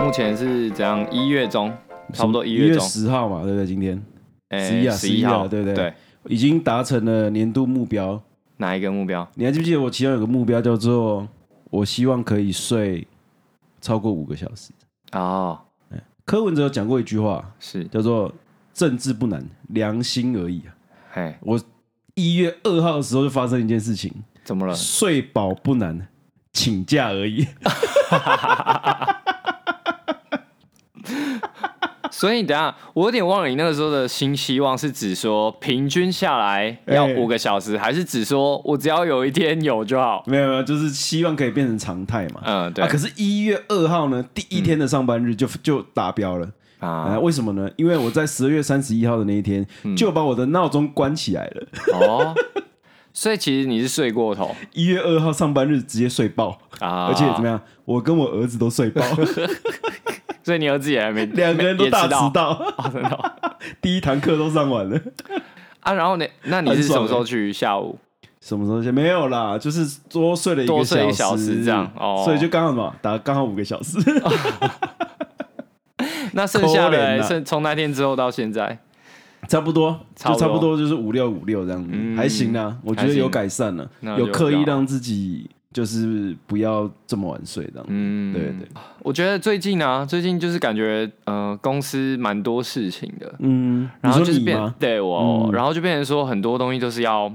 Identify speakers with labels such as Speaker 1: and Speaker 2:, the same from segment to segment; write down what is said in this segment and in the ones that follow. Speaker 1: 目前是怎样？一月中，差不多一
Speaker 2: 一月
Speaker 1: 中，
Speaker 2: 十号嘛，对不对？今天
Speaker 1: 哎，
Speaker 2: 11啊
Speaker 1: 十一
Speaker 2: 11啊
Speaker 1: 号，
Speaker 2: 对
Speaker 1: 对
Speaker 2: 对已经达成了年度目标。
Speaker 1: 哪一个目标？
Speaker 2: 你还记不记得我其中有个目标叫做我希望可以睡超过五个小时？
Speaker 1: 哦，
Speaker 2: 柯文哲有讲过一句话，
Speaker 1: 是，
Speaker 2: 叫做“政治不难，良心而已”啊。
Speaker 1: 哎，
Speaker 2: 一月二号的时候就发生一件 事情，
Speaker 1: 怎么了？
Speaker 2: 睡饱不难，请假而已。
Speaker 1: 所以你等一下，我有点忘了你那个时候的新希望是指说平均下来要
Speaker 2: 哎
Speaker 1: 五个小时，还是只说我只要有一天有就 好？
Speaker 2: 没有没有，就是希望可以变成常态嘛。
Speaker 1: 嗯，对
Speaker 2: 啊，可是，一月二号呢，第一天的上班日就、就达标了啊、
Speaker 1: 啊，嗯
Speaker 2: 为什么呢？因为我在十二月三十一号的那一天、就把我的闹钟关起来了。
Speaker 1: 哦， 所以其实你是睡过头
Speaker 2: 一月二号上班日直接睡爆，
Speaker 1: 啊，
Speaker 2: 而且怎么？样？我跟我儿子 都睡爆，
Speaker 1: 所以你儿子也还没，
Speaker 2: 两个人都
Speaker 1: 也
Speaker 2: 大
Speaker 1: 迟
Speaker 2: 迟
Speaker 1: 到
Speaker 2: 到，
Speaker 1: 哦真的哦
Speaker 2: 第一堂课都上完了。
Speaker 1: 啊。然后呢？那你
Speaker 2: 很
Speaker 1: 是什
Speaker 2: 爽
Speaker 1: 么时
Speaker 2: 欸
Speaker 1: 候去？下午？
Speaker 2: 什么时候先没有啦？就是多睡了一
Speaker 1: 多
Speaker 2: 个
Speaker 1: 睡一
Speaker 2: 小
Speaker 1: 小时这样哦
Speaker 2: 所以就刚好嘛，打刚好五个小时。
Speaker 1: 那剩下
Speaker 2: 可
Speaker 1: 的
Speaker 2: 怜啊
Speaker 1: 剩从那天之后到现在，
Speaker 2: 差不多，
Speaker 1: 差不
Speaker 2: 就
Speaker 1: 多
Speaker 2: 差不多就是五六五六这样子，
Speaker 1: 嗯
Speaker 2: 还行啦，我觉
Speaker 1: 还
Speaker 2: 得
Speaker 1: 行
Speaker 2: 有改善了
Speaker 1: 那，就
Speaker 2: 有刻
Speaker 1: 比
Speaker 2: 意
Speaker 1: 较好
Speaker 2: 让自己就是不要这么晚睡这样。
Speaker 1: 嗯，
Speaker 2: 对对，
Speaker 1: 我觉得最近啊，最近就是感觉呃，公司蛮多事情的，
Speaker 2: 嗯，
Speaker 1: 然后
Speaker 2: 你
Speaker 1: 就
Speaker 2: 说
Speaker 1: 是
Speaker 2: 你
Speaker 1: 变
Speaker 2: 吗？
Speaker 1: 对我，哦
Speaker 2: 嗯
Speaker 1: 然后就变成说很多东西都是要，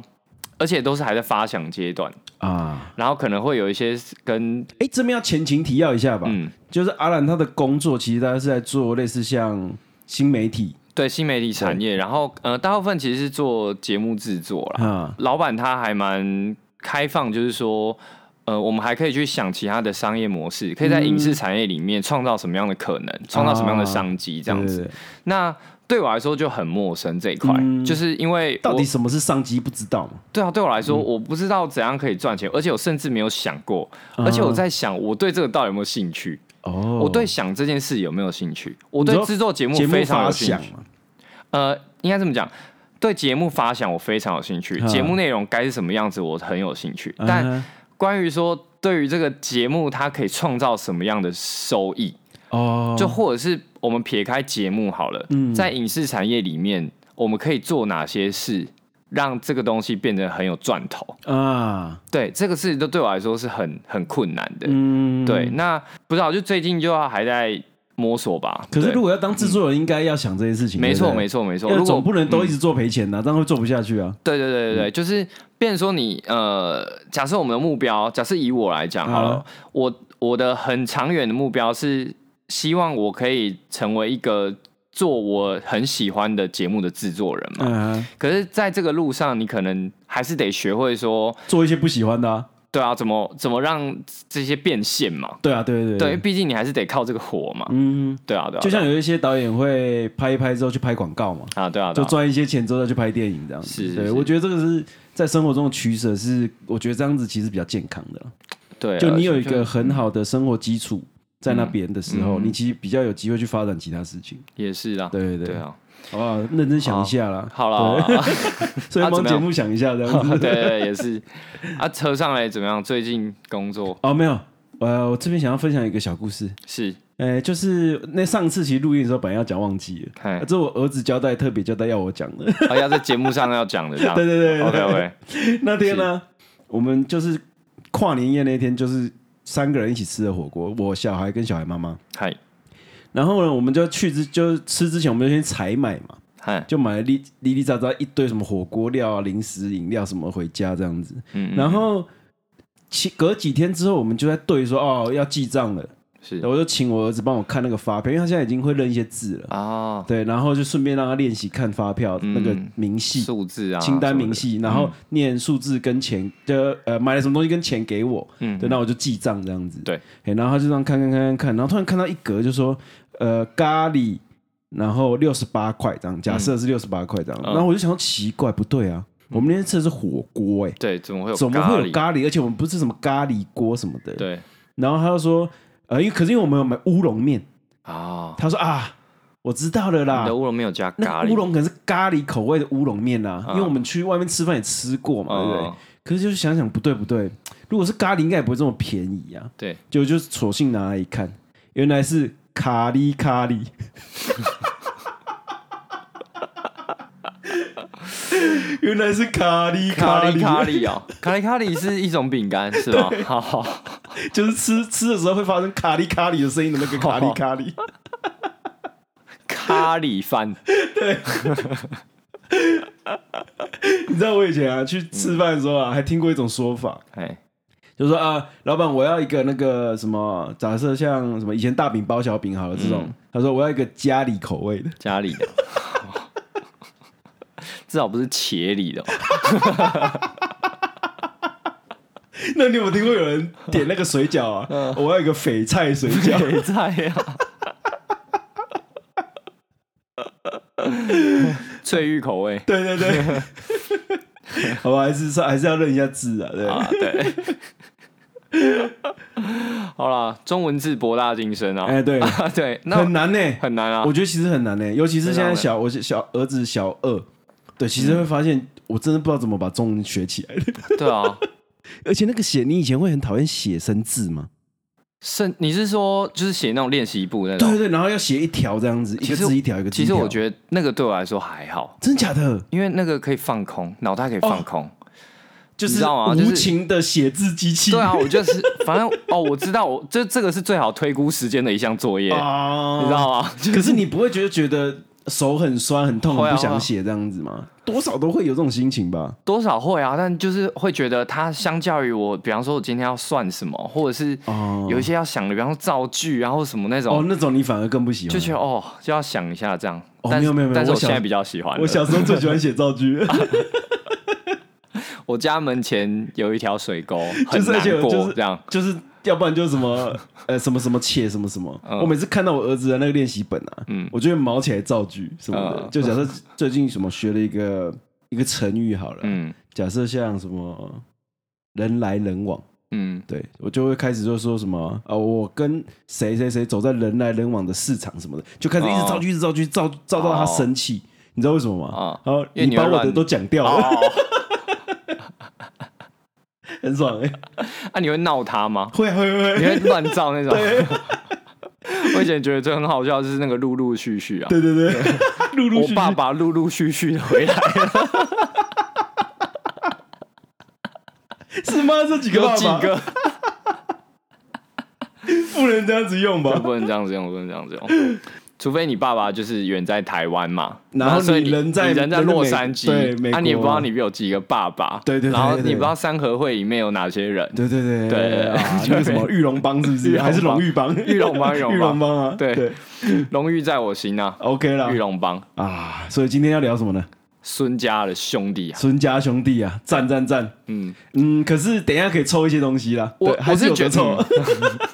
Speaker 1: 而且都是还在发想阶段，
Speaker 2: 啊，
Speaker 1: 然后可能会有一些是跟
Speaker 2: 哎，这边要前情提要一下吧，
Speaker 1: 嗯，
Speaker 2: 就是阿兰他的工作其实他是在做类似像新媒体
Speaker 1: 对新媒体产业，然后呃，大部分其实是做节目制作啦。
Speaker 2: 啊，
Speaker 1: 老板他还蛮开放，就是说。呃，我们还可以去想其他的商业模式，可以在影
Speaker 2: 嗯
Speaker 1: 视产业里面创造什么样的可能，创、造什么
Speaker 2: 啊
Speaker 1: 样的商机，这样子。
Speaker 2: 对，对对
Speaker 1: 那对我来说就很陌生这一块，
Speaker 2: 嗯
Speaker 1: 就是因为
Speaker 2: 到底
Speaker 1: 我
Speaker 2: 什么是嗯上机不知道嘛？
Speaker 1: 对啊，对我来说，我不知道怎样可以赚钱，而且我甚至没有想过，而且我在想，我对这个到底有没有兴趣？
Speaker 2: 嗯哦，
Speaker 1: 我对想这件事有没有兴趣？我
Speaker 2: 你
Speaker 1: 对
Speaker 2: 说
Speaker 1: 制作节目
Speaker 2: 节目
Speaker 1: 非常有
Speaker 2: 发
Speaker 1: 兴
Speaker 2: 想
Speaker 1: 趣。
Speaker 2: 嘛，
Speaker 1: 呃，应该这么讲，对节目发想我非常有兴趣，
Speaker 2: 嗯
Speaker 1: 节目内容该是什么样子我很有兴趣。
Speaker 2: 嗯
Speaker 1: 但关于说对于这个节目它可以创造什么样的收益，
Speaker 2: 哦，
Speaker 1: 就或者是我们撇开节目好了，
Speaker 2: 嗯
Speaker 1: 在影视产业里面，我们可以做哪些事，让这个东西变得很有赚头？
Speaker 2: 啊，
Speaker 1: 对，这个事情都对我来说是很很困难的。
Speaker 2: 嗯，
Speaker 1: 对，。那不知道，就最近就要还在摸索吧。
Speaker 2: 可是
Speaker 1: 对
Speaker 2: 如果要当制作人，应该要想这件事情，
Speaker 1: 没错，
Speaker 2: 错。
Speaker 1: 没错，没错。
Speaker 2: 因
Speaker 1: 如果
Speaker 2: 为总不能都
Speaker 1: 嗯
Speaker 2: 一直做赔钱呐、这样会做不下去啊。
Speaker 1: 对对对对对，就是变成说你呃，假设我们的目标，假设以我来讲好了，
Speaker 2: 啊
Speaker 1: 我我的很长远的目标是希望我可以成为一个做我很喜欢的节目的制作人嘛。
Speaker 2: 嗯，
Speaker 1: 可是在这个路上，你可能还是得学会说，
Speaker 2: 做一些不喜欢的、啊，
Speaker 1: 对啊，怎么怎么让这些变现嘛？
Speaker 2: 对啊，对对
Speaker 1: 对，因为，毕竟你还是得靠这个火嘛。
Speaker 2: 嗯，
Speaker 1: 对啊，对啊，
Speaker 2: 就像
Speaker 1: 对
Speaker 2: 有一些导演会拍一拍之后去拍广告嘛，
Speaker 1: 啊，啊对啊，对
Speaker 2: 就
Speaker 1: 啊
Speaker 2: 赚一些钱之后再去拍电影这样子。
Speaker 1: 是是
Speaker 2: 对
Speaker 1: 是
Speaker 2: 我觉得这个是在生活中的取舍，是我觉得这样子其实比较健康的啦。
Speaker 1: 对啊，
Speaker 2: 就你有一
Speaker 1: 就
Speaker 2: 个很好的生活基础在那边的时候，
Speaker 1: 嗯嗯
Speaker 2: 你其实比较有机会去发展其他事情。
Speaker 1: 也是啦，
Speaker 2: 对对
Speaker 1: 对
Speaker 2: 对，
Speaker 1: 啊，
Speaker 2: 好不好？认真想一下啦。
Speaker 1: 好啦好啦。 好啦
Speaker 2: 对， 所以
Speaker 1: 啊怎
Speaker 2: 帮
Speaker 1: 么样
Speaker 2: 节目想一下这样子。
Speaker 1: 对对对，也是。啊，车上来怎么样？最近工作
Speaker 2: 哦，没有，呃，我这边想要分享一个小故事。
Speaker 1: 是，
Speaker 2: 呃，就是那上次其实录音的时候，本来要讲忘记了，
Speaker 1: 哎
Speaker 2: 啊、，这我儿子交代特别交代要我讲的。
Speaker 1: 啊，要在节目上要讲的这样。
Speaker 2: 对对对对
Speaker 1: OK OK，
Speaker 2: 那天呢，我们就是跨年夜那天，就是三个人一起吃的火锅，我小孩跟小孩妈妈。
Speaker 1: 嗨
Speaker 2: 然后呢，我们就去之就吃之前，我们就先采买嘛，
Speaker 1: 嗨，
Speaker 2: 就买了哩哩哩杂杂一堆什么火锅料啊、零食、饮料什么回家这样子。
Speaker 1: 嗯，嗯
Speaker 2: 然后其隔几天之后，我们就在对说哦要记账了，
Speaker 1: 是
Speaker 2: 我就请我儿子帮我看那个发票，因为他现在已经会认一些字了。
Speaker 1: 啊，
Speaker 2: 对，然后就顺便让他练习看发票、
Speaker 1: 嗯
Speaker 2: 那个明细、
Speaker 1: 数字啊，
Speaker 2: 清单
Speaker 1: 什么
Speaker 2: 明
Speaker 1: 的，嗯
Speaker 2: 细，然后念数字跟钱，就呃买了什么东西跟钱给我，
Speaker 1: 嗯，
Speaker 2: 对，那我就记账这样子。
Speaker 1: 对
Speaker 2: 嘿，然后他就这样看看看看看，然后突然看到一格就说，呃，咖喱，然后六十八块这样，假设是六十八块这样，
Speaker 1: 嗯
Speaker 2: 然后我就想到奇怪，不对啊，我们那天吃的是火锅哎、
Speaker 1: 对，怎么会有
Speaker 2: 怎么
Speaker 1: 咖
Speaker 2: 会有
Speaker 1: 喱？
Speaker 2: 咖喱？而且我们不是什么咖喱锅什么的。。
Speaker 1: 对
Speaker 2: 然后他就说，呃，因为可是因为我们有买乌龙面，
Speaker 1: 啊，
Speaker 2: 他说啊，我知道了
Speaker 1: 你
Speaker 2: 啦
Speaker 1: 的，乌龙没有加
Speaker 2: 啊那
Speaker 1: 咖
Speaker 2: 乌
Speaker 1: 喱
Speaker 2: 龙可是咖喱口味的乌龙面啦、
Speaker 1: 啊
Speaker 2: 因为我们去外面吃饭也吃过嘛，对不对
Speaker 1: 哦？
Speaker 2: 可是就是想想不对不对，如果是咖喱应该也不会这么便宜啊。
Speaker 1: 对，
Speaker 2: 结果就索性拿来一看，原来是卡喱咖喱，原来是卡喱
Speaker 1: 咖喱
Speaker 2: 喱，
Speaker 1: 咖喱哦，咖喱咖喱是一种饼干是吗？好好，
Speaker 2: 就是吃吃的时候会发生卡喱咖喱的声音的那个卡喱咖喱。
Speaker 1: 哦咖喱饭，
Speaker 2: 你知道我以前啊去吃饭的时候啊，还听过一种说法，
Speaker 1: 哎，
Speaker 2: 就说啊，老板，我要一个那个什么，假设像什么以前大饼包小饼好了这种，他说我要一个家里口味的，
Speaker 1: 家里的，至少不是茄里的哦，
Speaker 2: 那你有没有听过有人点那个水饺 啊？我要一个翡菜水 饺，
Speaker 1: 野菜呀，翠玉口味
Speaker 2: 对对对， 好吧，还是说还是要认一下字啊，对，
Speaker 1: 啊，对。好啦，中文字博大精深啊！
Speaker 2: 哎对
Speaker 1: 对，那
Speaker 2: 很难呢、
Speaker 1: 很难啊
Speaker 2: 我。觉得其实很难呢、尤其是现在
Speaker 1: 非常
Speaker 2: 小我小儿子小二，对，其实会发现我真的不知道怎么把中文学起来的，
Speaker 1: 对啊，
Speaker 2: 而且那个写，你以前会很讨厌写生字吗？
Speaker 1: 是你是说就是写那种练习簿那种？
Speaker 2: 对对对，然后要写一条这样子，一
Speaker 1: 其
Speaker 2: 个
Speaker 1: 实我
Speaker 2: 字一条一个字
Speaker 1: 其
Speaker 2: 一条。
Speaker 1: 实我觉得那个对我来说还好，
Speaker 2: 真假的，
Speaker 1: 因为那个可以放空，脑袋可以
Speaker 2: 哦
Speaker 1: 放空。
Speaker 2: 就
Speaker 1: 你
Speaker 2: 是
Speaker 1: 知道吗就是
Speaker 2: 无情的写字机器。
Speaker 1: 对啊，我就是反正哦，我知道，我这这个是最好推估时间的一项作业，
Speaker 2: 啊
Speaker 1: 你知道吗？
Speaker 2: 可是你不会觉得觉得手很酸、很痛、
Speaker 1: 会啊
Speaker 2: 很不
Speaker 1: 会啊
Speaker 2: 想写这样子吗？多少都会有这种心情吧。
Speaker 1: 多少会啊，但就是会觉得它相较于我，比方说我今天要算什么，或者是
Speaker 2: 哦
Speaker 1: 有一些要想的，比方说造句，然后什么那种，
Speaker 2: 哦，那种你反而更不喜欢。
Speaker 1: 就觉得哦就要想一下这样。
Speaker 2: 哦
Speaker 1: 但是
Speaker 2: 没有没有没有
Speaker 1: 但是
Speaker 2: 我
Speaker 1: 我现在
Speaker 2: 小
Speaker 1: 比较喜欢了。
Speaker 2: 我小时候最喜欢写造句，
Speaker 1: 我家门前有一条水沟，
Speaker 2: 就
Speaker 1: 很
Speaker 2: 是而且
Speaker 1: 难过，
Speaker 2: 就是
Speaker 1: 这样。
Speaker 2: 就是要不然就是什 么呃什么什么且什么什么。我每次看到我儿子的那个练习本啊，
Speaker 1: 嗯
Speaker 2: 我就会毛起来造句什么的。
Speaker 1: 嗯
Speaker 2: 就假设最近什么学了一个一个成语好了，
Speaker 1: 嗯
Speaker 2: 假设像什么人来人往。
Speaker 1: 嗯
Speaker 2: 对我就会开始就说什么啊，我跟谁谁谁走在人来人往的市场什么的，就开始一直造句，一直造句，造造到他生气。你知道为什么吗
Speaker 1: 哦？
Speaker 2: 然后
Speaker 1: 因为你
Speaker 2: 你把
Speaker 1: 会
Speaker 2: 我的
Speaker 1: 乱
Speaker 2: 都讲掉了，
Speaker 1: 哦，
Speaker 2: 很爽哎！
Speaker 1: 那、啊你会闹他吗？
Speaker 2: 会啊会啊
Speaker 1: 你
Speaker 2: 会啊，
Speaker 1: 会乱造那种？我以前觉得这很好笑，就是那个陆陆续续啊，
Speaker 2: 对对对，陆陆续
Speaker 1: 我
Speaker 2: 续
Speaker 1: 爸 爸 陆陆续续的回 来，
Speaker 2: 是吗？这几个
Speaker 1: 有
Speaker 2: 爸
Speaker 1: 几
Speaker 2: 爸
Speaker 1: 个？
Speaker 2: 不能这样子用吧？
Speaker 1: 不能这样子用，不能这样子用。除非你爸爸就是远在台湾嘛，
Speaker 2: 然后
Speaker 1: 所以
Speaker 2: 你人在
Speaker 1: 你人在
Speaker 2: 人在
Speaker 1: 洛
Speaker 2: 美
Speaker 1: 杉矶，
Speaker 2: 对美
Speaker 1: 啊，你也不知
Speaker 2: 国
Speaker 1: 道你有几个爸爸，
Speaker 2: 对对对
Speaker 1: 然后
Speaker 2: 对
Speaker 1: 你
Speaker 2: 对
Speaker 1: 不知道三合会里面有哪些人，
Speaker 2: 对对
Speaker 1: 对
Speaker 2: 对
Speaker 1: 对
Speaker 2: 啊，那个什么玉龙帮是不
Speaker 1: 玉
Speaker 2: 是？
Speaker 1: 龙帮
Speaker 2: 还是龙玉帮？
Speaker 1: 玉龙帮玉龙帮
Speaker 2: 玉龙帮啊！
Speaker 1: 对荣誉在我心啊，
Speaker 2: ，OK 啦
Speaker 1: 玉龙帮
Speaker 2: 啊！所以今天要聊什么呢？
Speaker 1: 孙家的兄弟啊，
Speaker 2: 孙家兄弟啊，赞赞赞！
Speaker 1: 嗯，
Speaker 2: 嗯，可是等一下可以抽一些东西啦。
Speaker 1: 我
Speaker 2: 对还
Speaker 1: 我是
Speaker 2: 有
Speaker 1: 觉
Speaker 2: 得
Speaker 1: 得嗯
Speaker 2: 抽。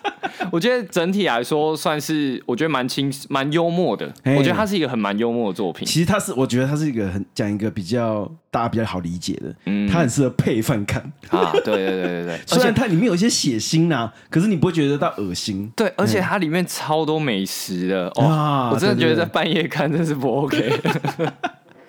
Speaker 1: 我觉得整体来说算是我觉得蛮轻蛮幽默的，
Speaker 2: 嘿
Speaker 1: 我觉得它是一个很蛮幽默的作品，
Speaker 2: 其实它是，我觉得它是一个很讲一个比较大家比较好理解的，
Speaker 1: 嗯
Speaker 2: 它很适合配饭 看。
Speaker 1: 啊，对对对对对，
Speaker 2: 虽然它里面有一些血腥呐、可是你不会觉得到恶心。
Speaker 1: 对，而且它里面超多美食的哦，
Speaker 2: 嗯啊
Speaker 1: 我真的
Speaker 2: 对对
Speaker 1: 觉得在
Speaker 2: 对
Speaker 1: 半夜看真是不 OK。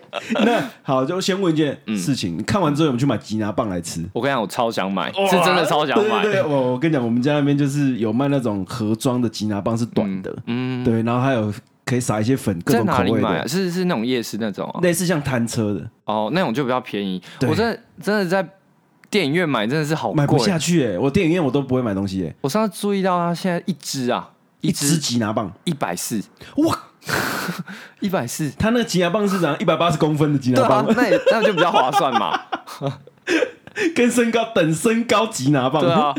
Speaker 2: 那好，就先问一件
Speaker 1: 嗯
Speaker 2: 事情，你看完之后有没有去买吉拿棒来吃？
Speaker 1: 我跟你讲，我超想买，
Speaker 2: 哇
Speaker 1: 是真的超想买。
Speaker 2: 对对对，我我跟你讲，我们家那边就是有卖那种盒装的吉拿棒，是短的，
Speaker 1: 嗯，
Speaker 2: 对，然后还有可以撒一些粉，各
Speaker 1: 在
Speaker 2: 种
Speaker 1: 哪
Speaker 2: 口
Speaker 1: 里
Speaker 2: 味
Speaker 1: 买、啊？
Speaker 2: 的，
Speaker 1: 是是那种夜市那种、啊、
Speaker 2: 类似像摊车的，
Speaker 1: 哦，那种就比较便宜。
Speaker 2: 对
Speaker 1: 我真的真的在电影院买真的是好贵，
Speaker 2: 买不下去哎、我电影院我都不会买东西哎、
Speaker 1: 我上次注意到它现在一支啊，
Speaker 2: 一支
Speaker 1: 支
Speaker 2: 吉拿棒，
Speaker 1: 一百四，
Speaker 2: 哇，
Speaker 1: 一百四。
Speaker 2: 它那个吉拿棒是长一百八十公分的吉
Speaker 1: 对
Speaker 2: 拿
Speaker 1: 啊
Speaker 2: 棒，，
Speaker 1: 那也那就比较划算 嘛。
Speaker 2: 跟身高等身高吉拿棒，
Speaker 1: 啊对啊，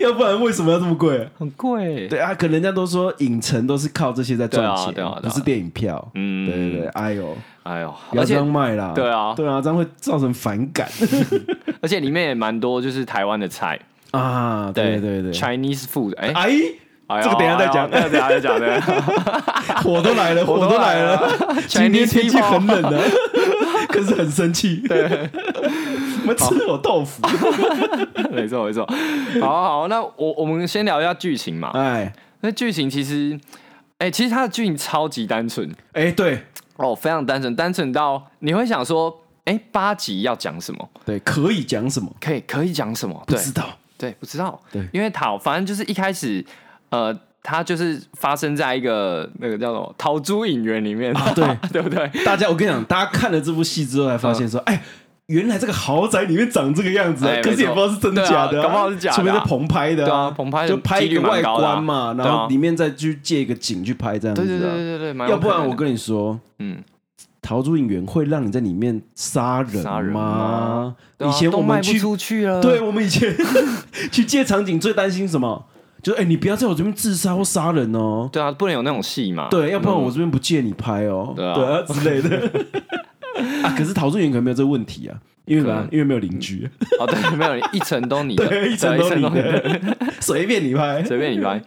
Speaker 2: 要不然为什么要这么贵？
Speaker 1: 很贵。
Speaker 2: 对啊，可能人家都说影城都是靠这些在赚钱，
Speaker 1: 对啊对啊对啊
Speaker 2: 不是电影票。
Speaker 1: 嗯
Speaker 2: 对对对，，哎呦，
Speaker 1: 哎呦，
Speaker 2: 不要
Speaker 1: 而且
Speaker 2: 这样卖啦！
Speaker 1: 对啊
Speaker 2: 对啊，这样会造成反感
Speaker 1: 而且里面也蛮多就是台湾的菜，
Speaker 2: 啊！对对对，
Speaker 1: ，Chinese food，哎，
Speaker 2: 哎，
Speaker 1: 哎呦
Speaker 2: 这个等一下再讲
Speaker 1: 哎呦等一下再讲，等一下再讲。
Speaker 2: 火都 来了，火都来了。 今天
Speaker 1: Chinese
Speaker 2: 天气
Speaker 1: people
Speaker 2: 很冷的，可是很生气。 对， 我们吃我豆腐。
Speaker 1: 没错没错，哎好好好，那我我们先聊一下剧情嘛。
Speaker 2: 哎
Speaker 1: 那剧情其实，哎、其实它的剧情超级单纯
Speaker 2: 哎，对，
Speaker 1: 哦，非常单纯，单纯到你会想说，哎，八集要讲什么？
Speaker 2: 对，可以讲什么？
Speaker 1: 可以可以讲什么？
Speaker 2: 不
Speaker 1: 对
Speaker 2: 知道。
Speaker 1: 对，不知道。
Speaker 2: 对
Speaker 1: 因为讨反正就是一开始，呃，它就是发生在一个那个叫什么《逃珠影园》里面，
Speaker 2: 啊对
Speaker 1: 对不对？
Speaker 2: 大家，我跟你讲，大家看了这部戏之后，才发现说，哎。原来这个豪宅里面长这个样子、啊，
Speaker 1: 哎
Speaker 2: 可是也
Speaker 1: 没错
Speaker 2: 不知道是真的假的、
Speaker 1: 对啊搞不好是假的啊
Speaker 2: 除非是棚拍的、
Speaker 1: 对啊棚拍的
Speaker 2: 就拍一个外观
Speaker 1: 几
Speaker 2: 嘛，
Speaker 1: 率蛮高的啊
Speaker 2: 然后里面再去借一个景去拍这样子、
Speaker 1: 对
Speaker 2: 啊。
Speaker 1: 对对对对对，蛮有
Speaker 2: 要不
Speaker 1: 可
Speaker 2: 然
Speaker 1: 能
Speaker 2: 我
Speaker 1: 的
Speaker 2: 跟你说，
Speaker 1: 嗯，
Speaker 2: 逃出影园会让你在里面杀人
Speaker 1: 杀人
Speaker 2: 吗啊
Speaker 1: 吗？
Speaker 2: 以前我
Speaker 1: 啊都卖
Speaker 2: 们
Speaker 1: 不
Speaker 2: 去，
Speaker 1: 出去了，
Speaker 2: 对我们以前 去借场景最担心什么？就是哎、你不要在我这边自杀或杀人哦。
Speaker 1: 对啊，不能有那种戏嘛，
Speaker 2: 对，要不然
Speaker 1: 嗯
Speaker 2: 我这边不借你拍哦，
Speaker 1: 对啊
Speaker 2: 之类的 啊。可是陶朱云可能没有这个问题啊，因为什
Speaker 1: 可
Speaker 2: 么
Speaker 1: 能？
Speaker 2: 因为没有邻居，
Speaker 1: 哦对，没有一层都你的，
Speaker 2: 对，一层都
Speaker 1: 对
Speaker 2: 你的， 随便你拍。
Speaker 1: 随便你 拍。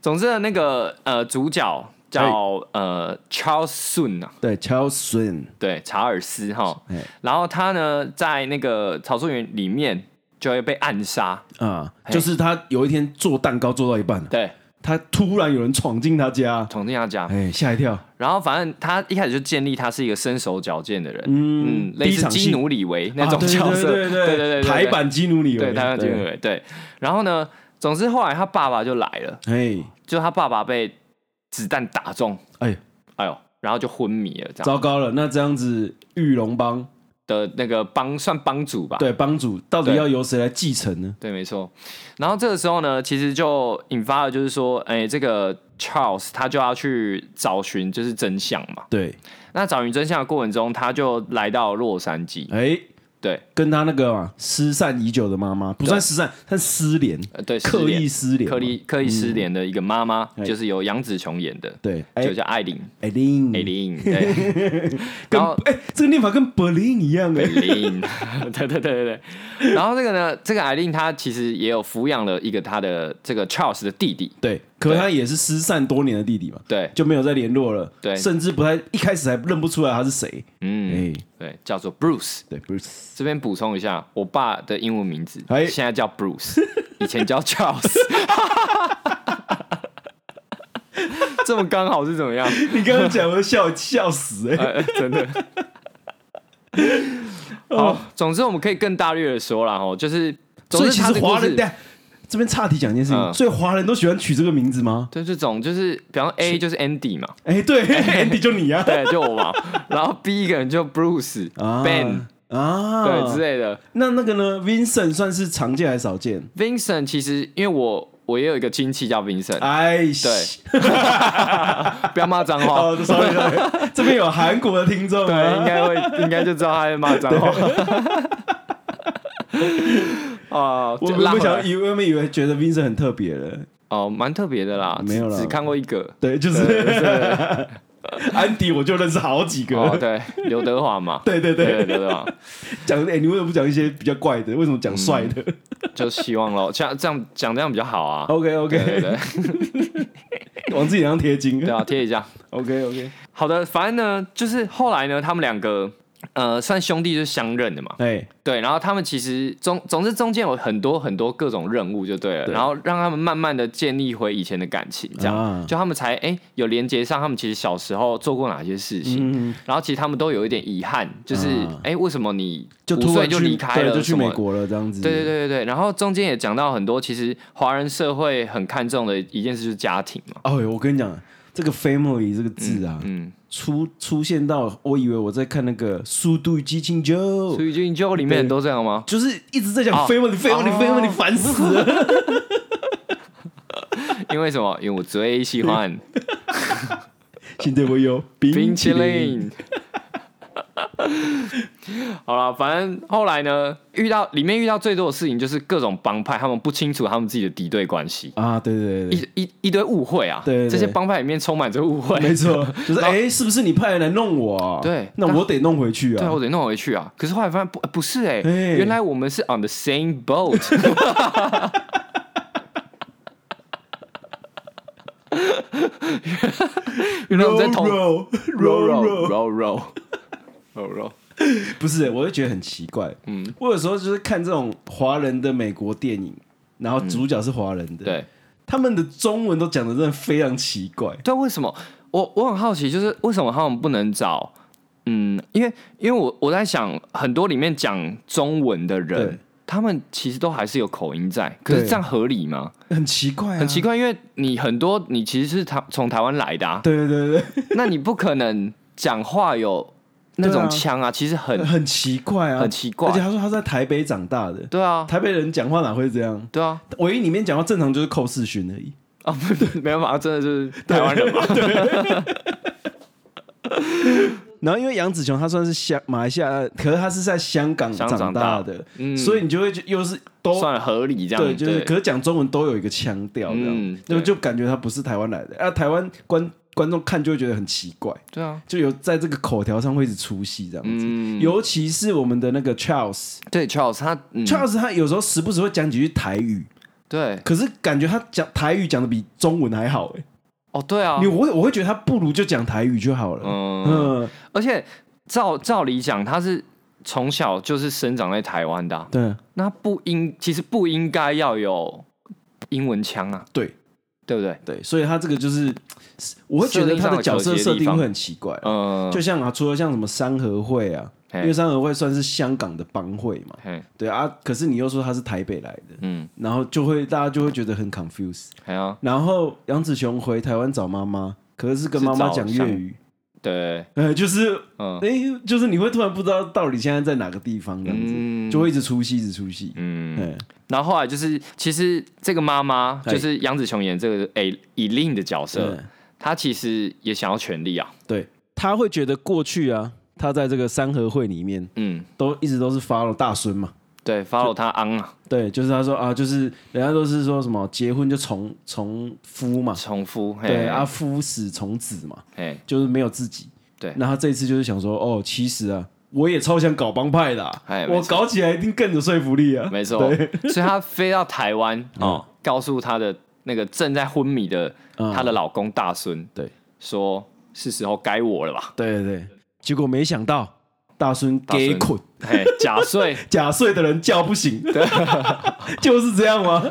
Speaker 1: 总之呢，那个呃，主角叫呃 Charles Sun 啊，
Speaker 2: 对，Charles Sun，
Speaker 1: 对，查尔斯哈
Speaker 2: 哎。
Speaker 1: 然后他呢，在那个草树园里面就会被暗杀，
Speaker 2: 啊，
Speaker 1: 嘿
Speaker 2: 就是他有一天做蛋糕做到一半，
Speaker 1: 对，
Speaker 2: 他突然有人闯进他家，
Speaker 1: 闯进他家。
Speaker 2: 哎，吓一跳。
Speaker 1: 然后反正他一开始就建立他是一个身手矫健的人，
Speaker 2: 嗯
Speaker 1: 嗯，类
Speaker 2: 第一
Speaker 1: 似
Speaker 2: 场戏
Speaker 1: 基努里维那
Speaker 2: 啊
Speaker 1: 种
Speaker 2: 对
Speaker 1: 角色，
Speaker 2: 对对
Speaker 1: 对对，
Speaker 2: 台版基努里维，
Speaker 1: 对台湾基努里维对。然后呢，总之后来他爸爸就来了，
Speaker 2: 对，
Speaker 1: 就他爸爸被子弹打中，
Speaker 2: 哎哎，
Speaker 1: 哎呦，然后就昏迷了，这样
Speaker 2: 糟糕了，那这样子玉龙帮
Speaker 1: 的那个帮算帮主吧，
Speaker 2: 啊对帮主到底
Speaker 1: 对
Speaker 2: 要由谁来继承呢？
Speaker 1: 对，没错。然后这个时候呢，其实就引发了，就是说，哎，这个 Charles 他就要去找寻就是真相嘛。
Speaker 2: 对，
Speaker 1: 那找寻真相的过程中，他就来到洛杉矶，
Speaker 2: 哎，
Speaker 1: 对，
Speaker 2: 跟他那个嘛失散已久的妈妈，不算失散，算失联，
Speaker 1: 呃，对，
Speaker 2: 刻意失联嘛，
Speaker 1: 刻意刻意失联的一个妈妈，
Speaker 2: 哎
Speaker 1: 就是由杨紫琼演的，
Speaker 2: 对，
Speaker 1: 就
Speaker 2: 哎，
Speaker 1: 叫艾琳，
Speaker 2: 艾琳，
Speaker 1: 艾， 琳，对，
Speaker 2: 跟
Speaker 1: 然后
Speaker 2: 哎，这个念法跟柏林一样
Speaker 1: 艾
Speaker 2: 哎，
Speaker 1: 琳， 对对对对对。然后这个呢，这个艾琳她其实也有抚养了一个她的这个 Charles 的弟弟，
Speaker 2: 对，可他也是失散多年的弟弟嘛，
Speaker 1: 对，
Speaker 2: 就没有再联络了，
Speaker 1: 对
Speaker 2: 甚至不太一开始还认不出来他是谁，
Speaker 1: 嗯，
Speaker 2: 哎，
Speaker 1: 对，叫做 Bruce。
Speaker 2: 对，Bruce，
Speaker 1: 这边补充一下，我爸的英文名字
Speaker 2: 哎
Speaker 1: 现在叫 Bruce，以前叫 Charles。这么刚好是怎么样？
Speaker 2: 你刚刚讲我笑笑死哎，
Speaker 1: 呃，真 的。好，总之我们可以更大略的说了哈，就是，
Speaker 2: 哦所
Speaker 1: 总
Speaker 2: 以
Speaker 1: 之
Speaker 2: 其
Speaker 1: 他
Speaker 2: 实
Speaker 1: 的
Speaker 2: 华
Speaker 1: 故
Speaker 2: 人，
Speaker 1: 事
Speaker 2: 对，这边岔题讲一件事情，
Speaker 1: 嗯
Speaker 2: 所以华人都喜欢取这个名字吗？
Speaker 1: 对这种就是，比方说 A 就是 Andy 嘛，
Speaker 2: 哎、 对，Andy 就你啊，
Speaker 1: 对，就我 嘛，然后 B 一个人就 Bruce、
Speaker 2: 啊
Speaker 1: Ben
Speaker 2: 啊，
Speaker 1: 对之类的。
Speaker 2: 那那个呢？Vincent 算是常见还是少见？
Speaker 1: Vincent 其实因为我我也有一个亲戚叫 Vincent，
Speaker 2: 哎，
Speaker 1: 对不要骂脏话
Speaker 2: 哦，，sorry，sorry 这边有韩国的听众、
Speaker 1: 对，应
Speaker 2: 啊，
Speaker 1: 该会，应该就知道他在骂脏 话。哦，
Speaker 2: 我
Speaker 1: 就
Speaker 2: 我
Speaker 1: 拉
Speaker 2: 们
Speaker 1: 回来
Speaker 2: 想以为我们以为觉得 Vincent 很特别了，
Speaker 1: 哦，蛮特别的啦，
Speaker 2: 没有
Speaker 1: 只
Speaker 2: 啦
Speaker 1: 只看过一个。
Speaker 2: 对，就是
Speaker 1: 对
Speaker 2: 安迪，我就认识好几个。
Speaker 1: 哦，对，刘德华 嘛，
Speaker 2: 对对对，
Speaker 1: 刘德华，
Speaker 2: 讲哎、你为什么不讲一些比较怪的？为什么讲帅的、
Speaker 1: 嗯 就希望咯，像这样讲这样比较好啊。
Speaker 2: o k
Speaker 1: 对
Speaker 2: OK，
Speaker 1: 对对，
Speaker 2: 往自己脸上贴金。
Speaker 1: 对啊，贴一下。
Speaker 2: OK OK，
Speaker 1: 好的，反正呢，就是后来呢，他们两个呃算兄弟就是相认的嘛。
Speaker 2: 哎、
Speaker 1: 对，然后他们其实总总之中间有很多很多各种任务就对了，
Speaker 2: 对
Speaker 1: 然后让他们慢慢的建立回以前的感情，这样、
Speaker 2: 啊
Speaker 1: 就他们才哎有连接上他们其实小时候做过哪些事情，
Speaker 2: 嗯，
Speaker 1: 然后其实他们都有一点遗憾，就是
Speaker 2: 啊
Speaker 1: 哎、为什么你
Speaker 2: 就
Speaker 1: 五
Speaker 2: 突
Speaker 1: 岁
Speaker 2: 然
Speaker 1: 就
Speaker 2: 去
Speaker 1: 离开了
Speaker 2: 对就去
Speaker 1: 什么
Speaker 2: 美国了这样子。
Speaker 1: 对对对对对，然后中间也讲到很多，其实华人社会很看重的一件事就是家庭嘛，
Speaker 2: 哦，我跟你讲，这个 “family” 这个字啊，
Speaker 1: 嗯，
Speaker 2: 出出现到我以为我在看那个《速度与激情九
Speaker 1: 所》，以就你就里面都这样吗？
Speaker 2: 就是一直在讲
Speaker 1: 哦
Speaker 2: “family”，“family”，“family”，
Speaker 1: 哦
Speaker 2: 烦死 了。
Speaker 1: 因为什么？因为我最喜 欢
Speaker 2: 现在我有冰
Speaker 1: 冰
Speaker 2: 淇
Speaker 1: 淇
Speaker 2: 淋，
Speaker 1: 淋。 好了，反正后来呢，遇到里面遇到最多的事情就是各种帮派，他们不清楚他们自己的敌对关系，
Speaker 2: 啊，对对对
Speaker 1: 一一一堆误会啊。
Speaker 2: 对对对
Speaker 1: 这些帮派里面充满着误会
Speaker 2: 对，。没错，就是
Speaker 1: 然后
Speaker 2: 哎，是不是你派人来弄我啊？
Speaker 1: 对
Speaker 2: 那我得弄回去
Speaker 1: 对啊，
Speaker 2: 啊。
Speaker 1: 我得弄回去啊。可是后来发现不呃不是哎、
Speaker 2: 哎
Speaker 1: 原来我们是 on the same boat。原来我们在同
Speaker 2: roll
Speaker 1: roll
Speaker 2: roll roll，
Speaker 1: roll roll roll roll。
Speaker 2: 不是，我就觉得很奇怪。嗯，我有时候就是看这种华人的美国电影，然后主角是华人的，
Speaker 1: 对，
Speaker 2: 他们的中文都讲的真的非常奇怪。
Speaker 1: 对啊，为什么？我我很好奇，就是为什么他们不能找嗯，因为因为我我在想，很多里面讲中文的人
Speaker 2: 对，
Speaker 1: 他们其实都还是有口音在，可是
Speaker 2: 对
Speaker 1: 这样合理吗？
Speaker 2: 很奇怪、啊，
Speaker 1: 很奇。怪，因为你很多你其实是台从台湾来的、啊，
Speaker 2: 对对对对
Speaker 1: 那你不可能讲话有那
Speaker 2: 对
Speaker 1: 种
Speaker 2: 啊
Speaker 1: 腔啊，其实
Speaker 2: 对，
Speaker 1: 很
Speaker 2: 很奇怪啊，
Speaker 1: 很奇怪
Speaker 2: 而且他说他在台北长大的，
Speaker 1: 对啊，
Speaker 2: 台北人讲话哪会这样？
Speaker 1: 对啊，
Speaker 2: 唯一里面讲话正常就是寇世勋而已。
Speaker 1: 啊，不 没办法，真的就是台湾人嘛，
Speaker 2: 然后因为杨紫琼她算是香马来西亚，可是她是在香港
Speaker 1: 香港长
Speaker 2: 长
Speaker 1: 大
Speaker 2: 大的，
Speaker 1: 嗯
Speaker 2: 所以你就会觉又是都
Speaker 1: 算合理这样，
Speaker 2: 哦对，就是可是讲中文都有一个腔调这
Speaker 1: 嗯
Speaker 2: 样，
Speaker 1: 对
Speaker 2: 就就感觉她不是台湾来的啊，台湾观观众看就会觉得很奇怪，
Speaker 1: 对啊，
Speaker 2: 就有在这个口条上会一直出戏这样子，
Speaker 1: 嗯，
Speaker 2: 尤其是我们的那个 Charles。
Speaker 1: 对 Charles 他，嗯，
Speaker 2: Charles 他有时候时不时会讲几句台语，
Speaker 1: 对，
Speaker 2: 可是感觉他讲台语讲的比中文还好哎、
Speaker 1: 哦，对啊
Speaker 2: 你，我会我会觉得他不如就讲台语就好了。
Speaker 1: 嗯，
Speaker 2: 嗯，
Speaker 1: 而且照照理讲，他是从小就是生长在台湾的啊、
Speaker 2: 对
Speaker 1: 那不应其实不应该要有英文腔啊，
Speaker 2: 对
Speaker 1: 对不对？
Speaker 2: 对，所以他这个就是，我会觉得他的角色设定会很奇怪。
Speaker 1: 嗯，
Speaker 2: 就像啊，除了像什么三合会啊，因为
Speaker 1: 嘿，
Speaker 2: 三合会算是香港的帮会嘛，
Speaker 1: 嘿，
Speaker 2: 对啊，可是你又说他是台北来的，
Speaker 1: 嗯，
Speaker 2: 然后就会大家就会觉得很 confuse。
Speaker 1: 还有
Speaker 2: 然后杨紫琼回台湾找妈妈，可是是跟
Speaker 1: 是
Speaker 2: 妈妈
Speaker 1: 找
Speaker 2: 讲
Speaker 1: 香
Speaker 2: 粤语，
Speaker 1: 对，
Speaker 2: 呃， 就是
Speaker 1: 嗯
Speaker 2: 哎、就是你会突然不知道到底现在在哪个地方，这样子、
Speaker 1: 嗯
Speaker 2: 就会一直出戏，一直出戏。
Speaker 1: 嗯，
Speaker 2: 嗯，
Speaker 1: 然后后来就是，其实这个妈妈
Speaker 2: 嘿
Speaker 1: 就是杨紫琼演这个诶以令的角色，
Speaker 2: 嗯
Speaker 1: 她其实也想要权力啊，
Speaker 2: 对，他会觉得过去啊，他在这个三合会里面
Speaker 1: 嗯，
Speaker 2: 都一直都是 follow 大孙嘛。
Speaker 1: 对，follow 她昂啊，
Speaker 2: 对，就是他说啊，就是人家都是说什么结婚就从从夫嘛，
Speaker 1: 重复，嘿
Speaker 2: 对啊，，夫死从子嘛，
Speaker 1: 嘿，
Speaker 2: 就是没有自己。
Speaker 1: 对
Speaker 2: 那他这一次就是想说，哦，其实啊，我也超想搞帮派的啊、
Speaker 1: 哎没
Speaker 2: 我
Speaker 1: 错
Speaker 2: 搞起来一定更有说服力啊。
Speaker 1: 没错
Speaker 2: 对，
Speaker 1: 所以她飞到台湾哦，告诉她的那个正在昏迷的
Speaker 2: 嗯
Speaker 1: 她的老公大孙，
Speaker 2: 对，
Speaker 1: 说是时候该我了 吧，
Speaker 2: 对对对，结果没想到大孙
Speaker 1: 大孙
Speaker 2: 给捆。
Speaker 1: 嘿，假睡，
Speaker 2: 假睡的人叫 不醒，就是这样吗？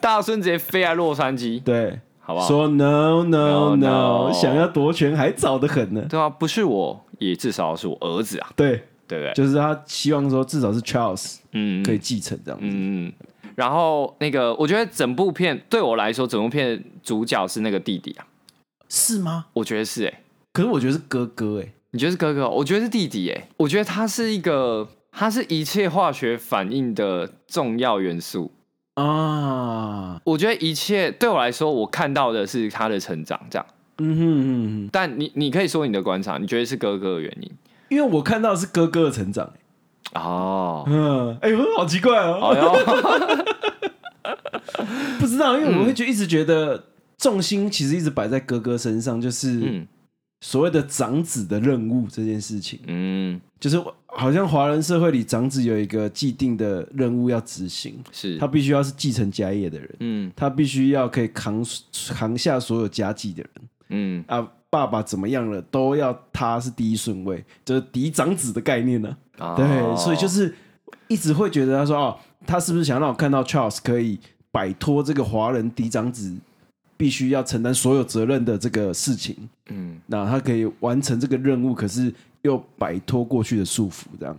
Speaker 1: 大孙直接飞来洛杉矶，
Speaker 2: 对，
Speaker 1: 好不好？
Speaker 2: 说 no
Speaker 1: No,
Speaker 2: no
Speaker 1: no
Speaker 2: no，想要夺权还早得很呢。
Speaker 1: 对啊，不是我，也至少是我儿子啊，
Speaker 2: 对，
Speaker 1: 对不对？
Speaker 2: 就是他希望说至少是 Charles
Speaker 1: 嗯，
Speaker 2: 可以继承这样子。
Speaker 1: 嗯，然后那个，我觉得整部片对我来说，整部片主角是那个弟弟啊，
Speaker 2: 是吗？
Speaker 1: 我觉得是哎、
Speaker 2: 可是我觉得是哥哥哎，
Speaker 1: 你觉得是哥哥？我觉得是弟弟哎、我觉得他是一个，他是一切化学反应的重要元素。
Speaker 2: 啊，
Speaker 1: 我觉得一切对我来说，我看到的是他的成长这样。
Speaker 2: 嗯哼嗯哼，
Speaker 1: 但你你可以说你的观察，你觉得是哥哥的原因
Speaker 2: 因为我看到的是哥哥的成长欸，
Speaker 1: 哦。
Speaker 2: 嗯，哎呦，好奇怪哦，
Speaker 1: 哎呦，
Speaker 2: 不知道，因为我会觉一直觉得重心其实一直摆在哥哥身上，就是
Speaker 1: 嗯
Speaker 2: 所谓的长子的任务这件事情。
Speaker 1: 嗯，
Speaker 2: 就是好像华人社会里，长子有一个既定的任务要执行，
Speaker 1: 是
Speaker 2: 他，必须要是继承家业的人，
Speaker 1: 嗯
Speaker 2: 他必须要可以扛扛下所有家计的人
Speaker 1: 嗯，
Speaker 2: 啊。爸爸怎么样了，都要他是第一顺位，就是嫡长子的概念呢、
Speaker 1: 哦
Speaker 2: 对，所以就是一直会觉得他说哦，他是不是想让我看到 Charles 可以摆脱这个华人嫡长子必须要承担所有责任的这个事情，
Speaker 1: 嗯
Speaker 2: 那他可以完成这个任务，可是又摆脱过去的束缚，这样。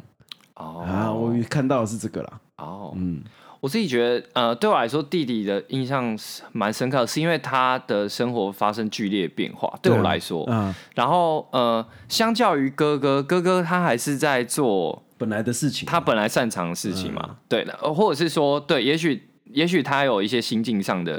Speaker 1: 哦
Speaker 2: 啊，我看到的是这个啦。
Speaker 1: 哦，
Speaker 2: 嗯，
Speaker 1: 我自己觉得，呃，对我来说，弟弟的印象是蛮深刻的，是因为他的生活发生剧烈变化。对我来说，
Speaker 2: 啊，
Speaker 1: 然后呃，相较于哥哥，哥哥他还是在做
Speaker 2: 本来的事情，
Speaker 1: 他本来擅长的事情嘛，
Speaker 2: 嗯
Speaker 1: 对的，呃或者是说，对，也许也许他有一些心境上的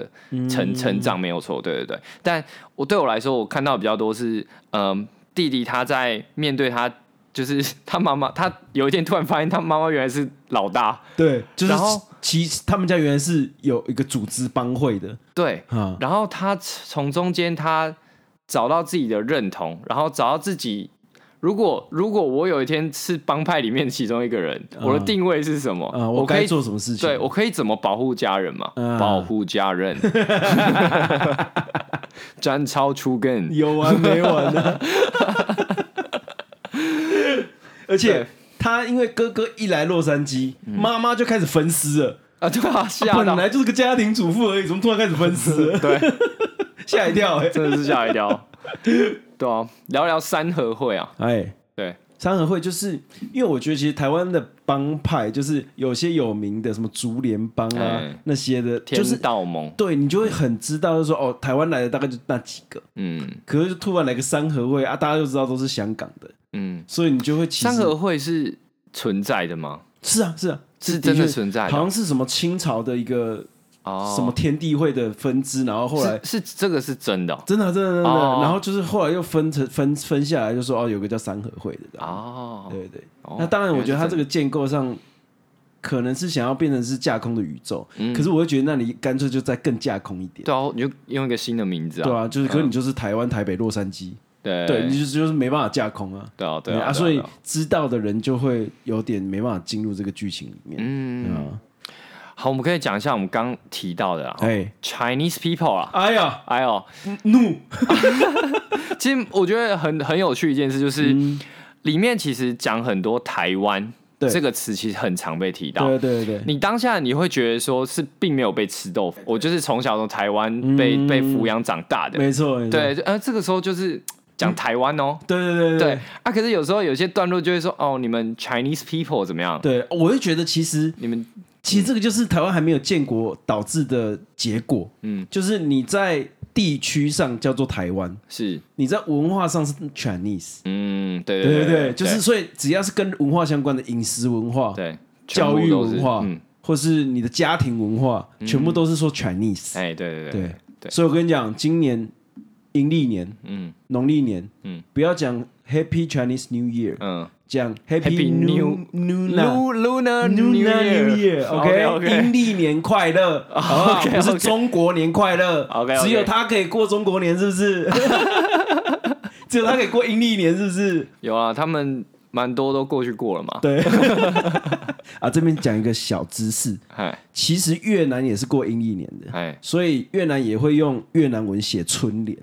Speaker 1: 成、
Speaker 2: 嗯
Speaker 1: 成长，没有错，对对对。但我对我来说，我看到比较多是，嗯、弟弟他在面对他。就是 他妈妈，他有一天突然发现他妈妈原来是老大，
Speaker 2: 对，就是
Speaker 1: 然后
Speaker 2: 其他们家原来是有一个组织帮会的
Speaker 1: 对，
Speaker 2: 啊，
Speaker 1: 然后他从中间他找到自己的认同，然后找到自己。如果如果我有一天是帮派里面其中一个人，
Speaker 2: 嗯
Speaker 1: 我的定位是什么？
Speaker 2: 啊，
Speaker 1: 我
Speaker 2: 我
Speaker 1: 可
Speaker 2: 该
Speaker 1: 以
Speaker 2: 做什么事情？
Speaker 1: 对我可以怎么保护家人嘛？
Speaker 2: 嗯
Speaker 1: 保护家人， 斩草除根。
Speaker 2: 有完没完啊呢？ 而且
Speaker 1: 对
Speaker 2: 他因为哥哥一来洛杉矶，妈妈就开始分尸了。
Speaker 1: 啊，对啊，吓
Speaker 2: 本
Speaker 1: 到，
Speaker 2: 来就是个家庭 主妇而已，怎么突然开始分尸了？
Speaker 1: 对，
Speaker 2: 吓一跳！哎，
Speaker 1: 真的是吓一跳。对啊，聊聊三合会啊，
Speaker 2: 哎，
Speaker 1: 对，
Speaker 2: 三合会就是因为我觉得其实台湾的帮派就是有些有名的什么竹联帮啊、
Speaker 1: 哎
Speaker 2: 那些的，
Speaker 1: 天
Speaker 2: 就是
Speaker 1: 道盟，
Speaker 2: 对你就会很知道，就是说哦，台湾来的大概就那几个，
Speaker 1: 嗯
Speaker 2: 可是就突然来个三合会啊，大家就知道都是香港的，
Speaker 1: 嗯，
Speaker 2: 所以你就会其实
Speaker 1: 三合会是存在的吗？
Speaker 2: 是啊是啊
Speaker 1: 是真的
Speaker 2: 确
Speaker 1: 存在的
Speaker 2: 好像是什么清朝的一个
Speaker 1: 哦，
Speaker 2: 什么天地会的分支，然后后来
Speaker 1: 是是这个是真的哦
Speaker 2: 真的啊、真的真的真的，
Speaker 1: 哦
Speaker 2: 然后就是后来又分成分分下来，就说哦有个叫三合会的，
Speaker 1: 哦
Speaker 2: 对对。
Speaker 1: 哦
Speaker 2: 那当然，我觉得它这
Speaker 1: 原来是
Speaker 2: 个建构上可能是想要变成是架空的宇宙，
Speaker 1: 嗯
Speaker 2: 可是我会觉得那你干脆就再更架空一点，
Speaker 1: 对啊，你就用一个新的名字啊，
Speaker 2: 对啊，就是可是你就是台湾、台北、洛杉矶，
Speaker 1: 对
Speaker 2: 对，你就是就是没办法架空啊，
Speaker 1: 对啊哎对
Speaker 2: 嗯
Speaker 1: 啊，
Speaker 2: 啊，所
Speaker 1: 对
Speaker 2: 以
Speaker 1: 啊
Speaker 2: 知道的人就会有点没办法进入这个剧情里面，
Speaker 1: 嗯，
Speaker 2: 嗯，
Speaker 1: 好，我们可以讲一下我们刚提到的啊
Speaker 2: 哎，
Speaker 1: Chinese people 啊，
Speaker 2: 哎呀，
Speaker 1: 哎呦，
Speaker 2: 怒，
Speaker 1: 其实我觉得很很有趣一件事，就是、里面其实讲很多台湾
Speaker 2: 嗯对
Speaker 1: 这个词，其实很常被提到。
Speaker 2: 对对对，
Speaker 1: 你当下你会觉得说是并没有被吃豆腐，我就是从小从台湾被、
Speaker 2: 嗯
Speaker 1: 被抚养长大的，
Speaker 2: 没错，没错，
Speaker 1: 对，就呃这个时候就是讲台湾哦，
Speaker 2: 对对对
Speaker 1: 对
Speaker 2: 嗯对
Speaker 1: 啊，可是有时候有些段落就会说哦，你们 Chinese people 怎么样？
Speaker 2: 对，我就觉得其实
Speaker 1: 你们
Speaker 2: 其实这个就是台湾还没有建国导致的结果，
Speaker 1: 嗯
Speaker 2: 就是你在地区上叫做台湾，
Speaker 1: 是
Speaker 2: 你在文化上是 Chinese，
Speaker 1: 嗯对
Speaker 2: 对对
Speaker 1: 对
Speaker 2: 对，就是所以只要是跟文化相关的饮食文化、
Speaker 1: 对
Speaker 2: 教育
Speaker 1: 全
Speaker 2: 文化
Speaker 1: 部都是嗯，嗯
Speaker 2: 或是你的家庭文化，全部都是说 Chinese。
Speaker 1: 哎对对
Speaker 2: 对
Speaker 1: 对
Speaker 2: 所以我跟你讲，今年阴历年、
Speaker 1: 嗯
Speaker 2: 农历年，
Speaker 1: 嗯
Speaker 2: 不要讲 Happy Chinese New Year，
Speaker 1: 嗯
Speaker 2: 讲
Speaker 1: Happy
Speaker 2: Happy New New
Speaker 1: Lunar
Speaker 2: New New
Speaker 1: OK
Speaker 2: Year，OK，阴历年快乐，好不好？
Speaker 1: OK，OK
Speaker 2: 不是中国年快乐
Speaker 1: OK，OK
Speaker 2: 只有他可以过中国年，是不是？ 只有他可以过阴历年，是不是？
Speaker 1: 有啊，他们蛮多都过去过了嘛。
Speaker 2: 对，啊，这边讲一个小知识，
Speaker 1: 哎
Speaker 2: 其实越南也是过阴历年的，
Speaker 1: 哎
Speaker 2: 所以越南也会用越南文写春联，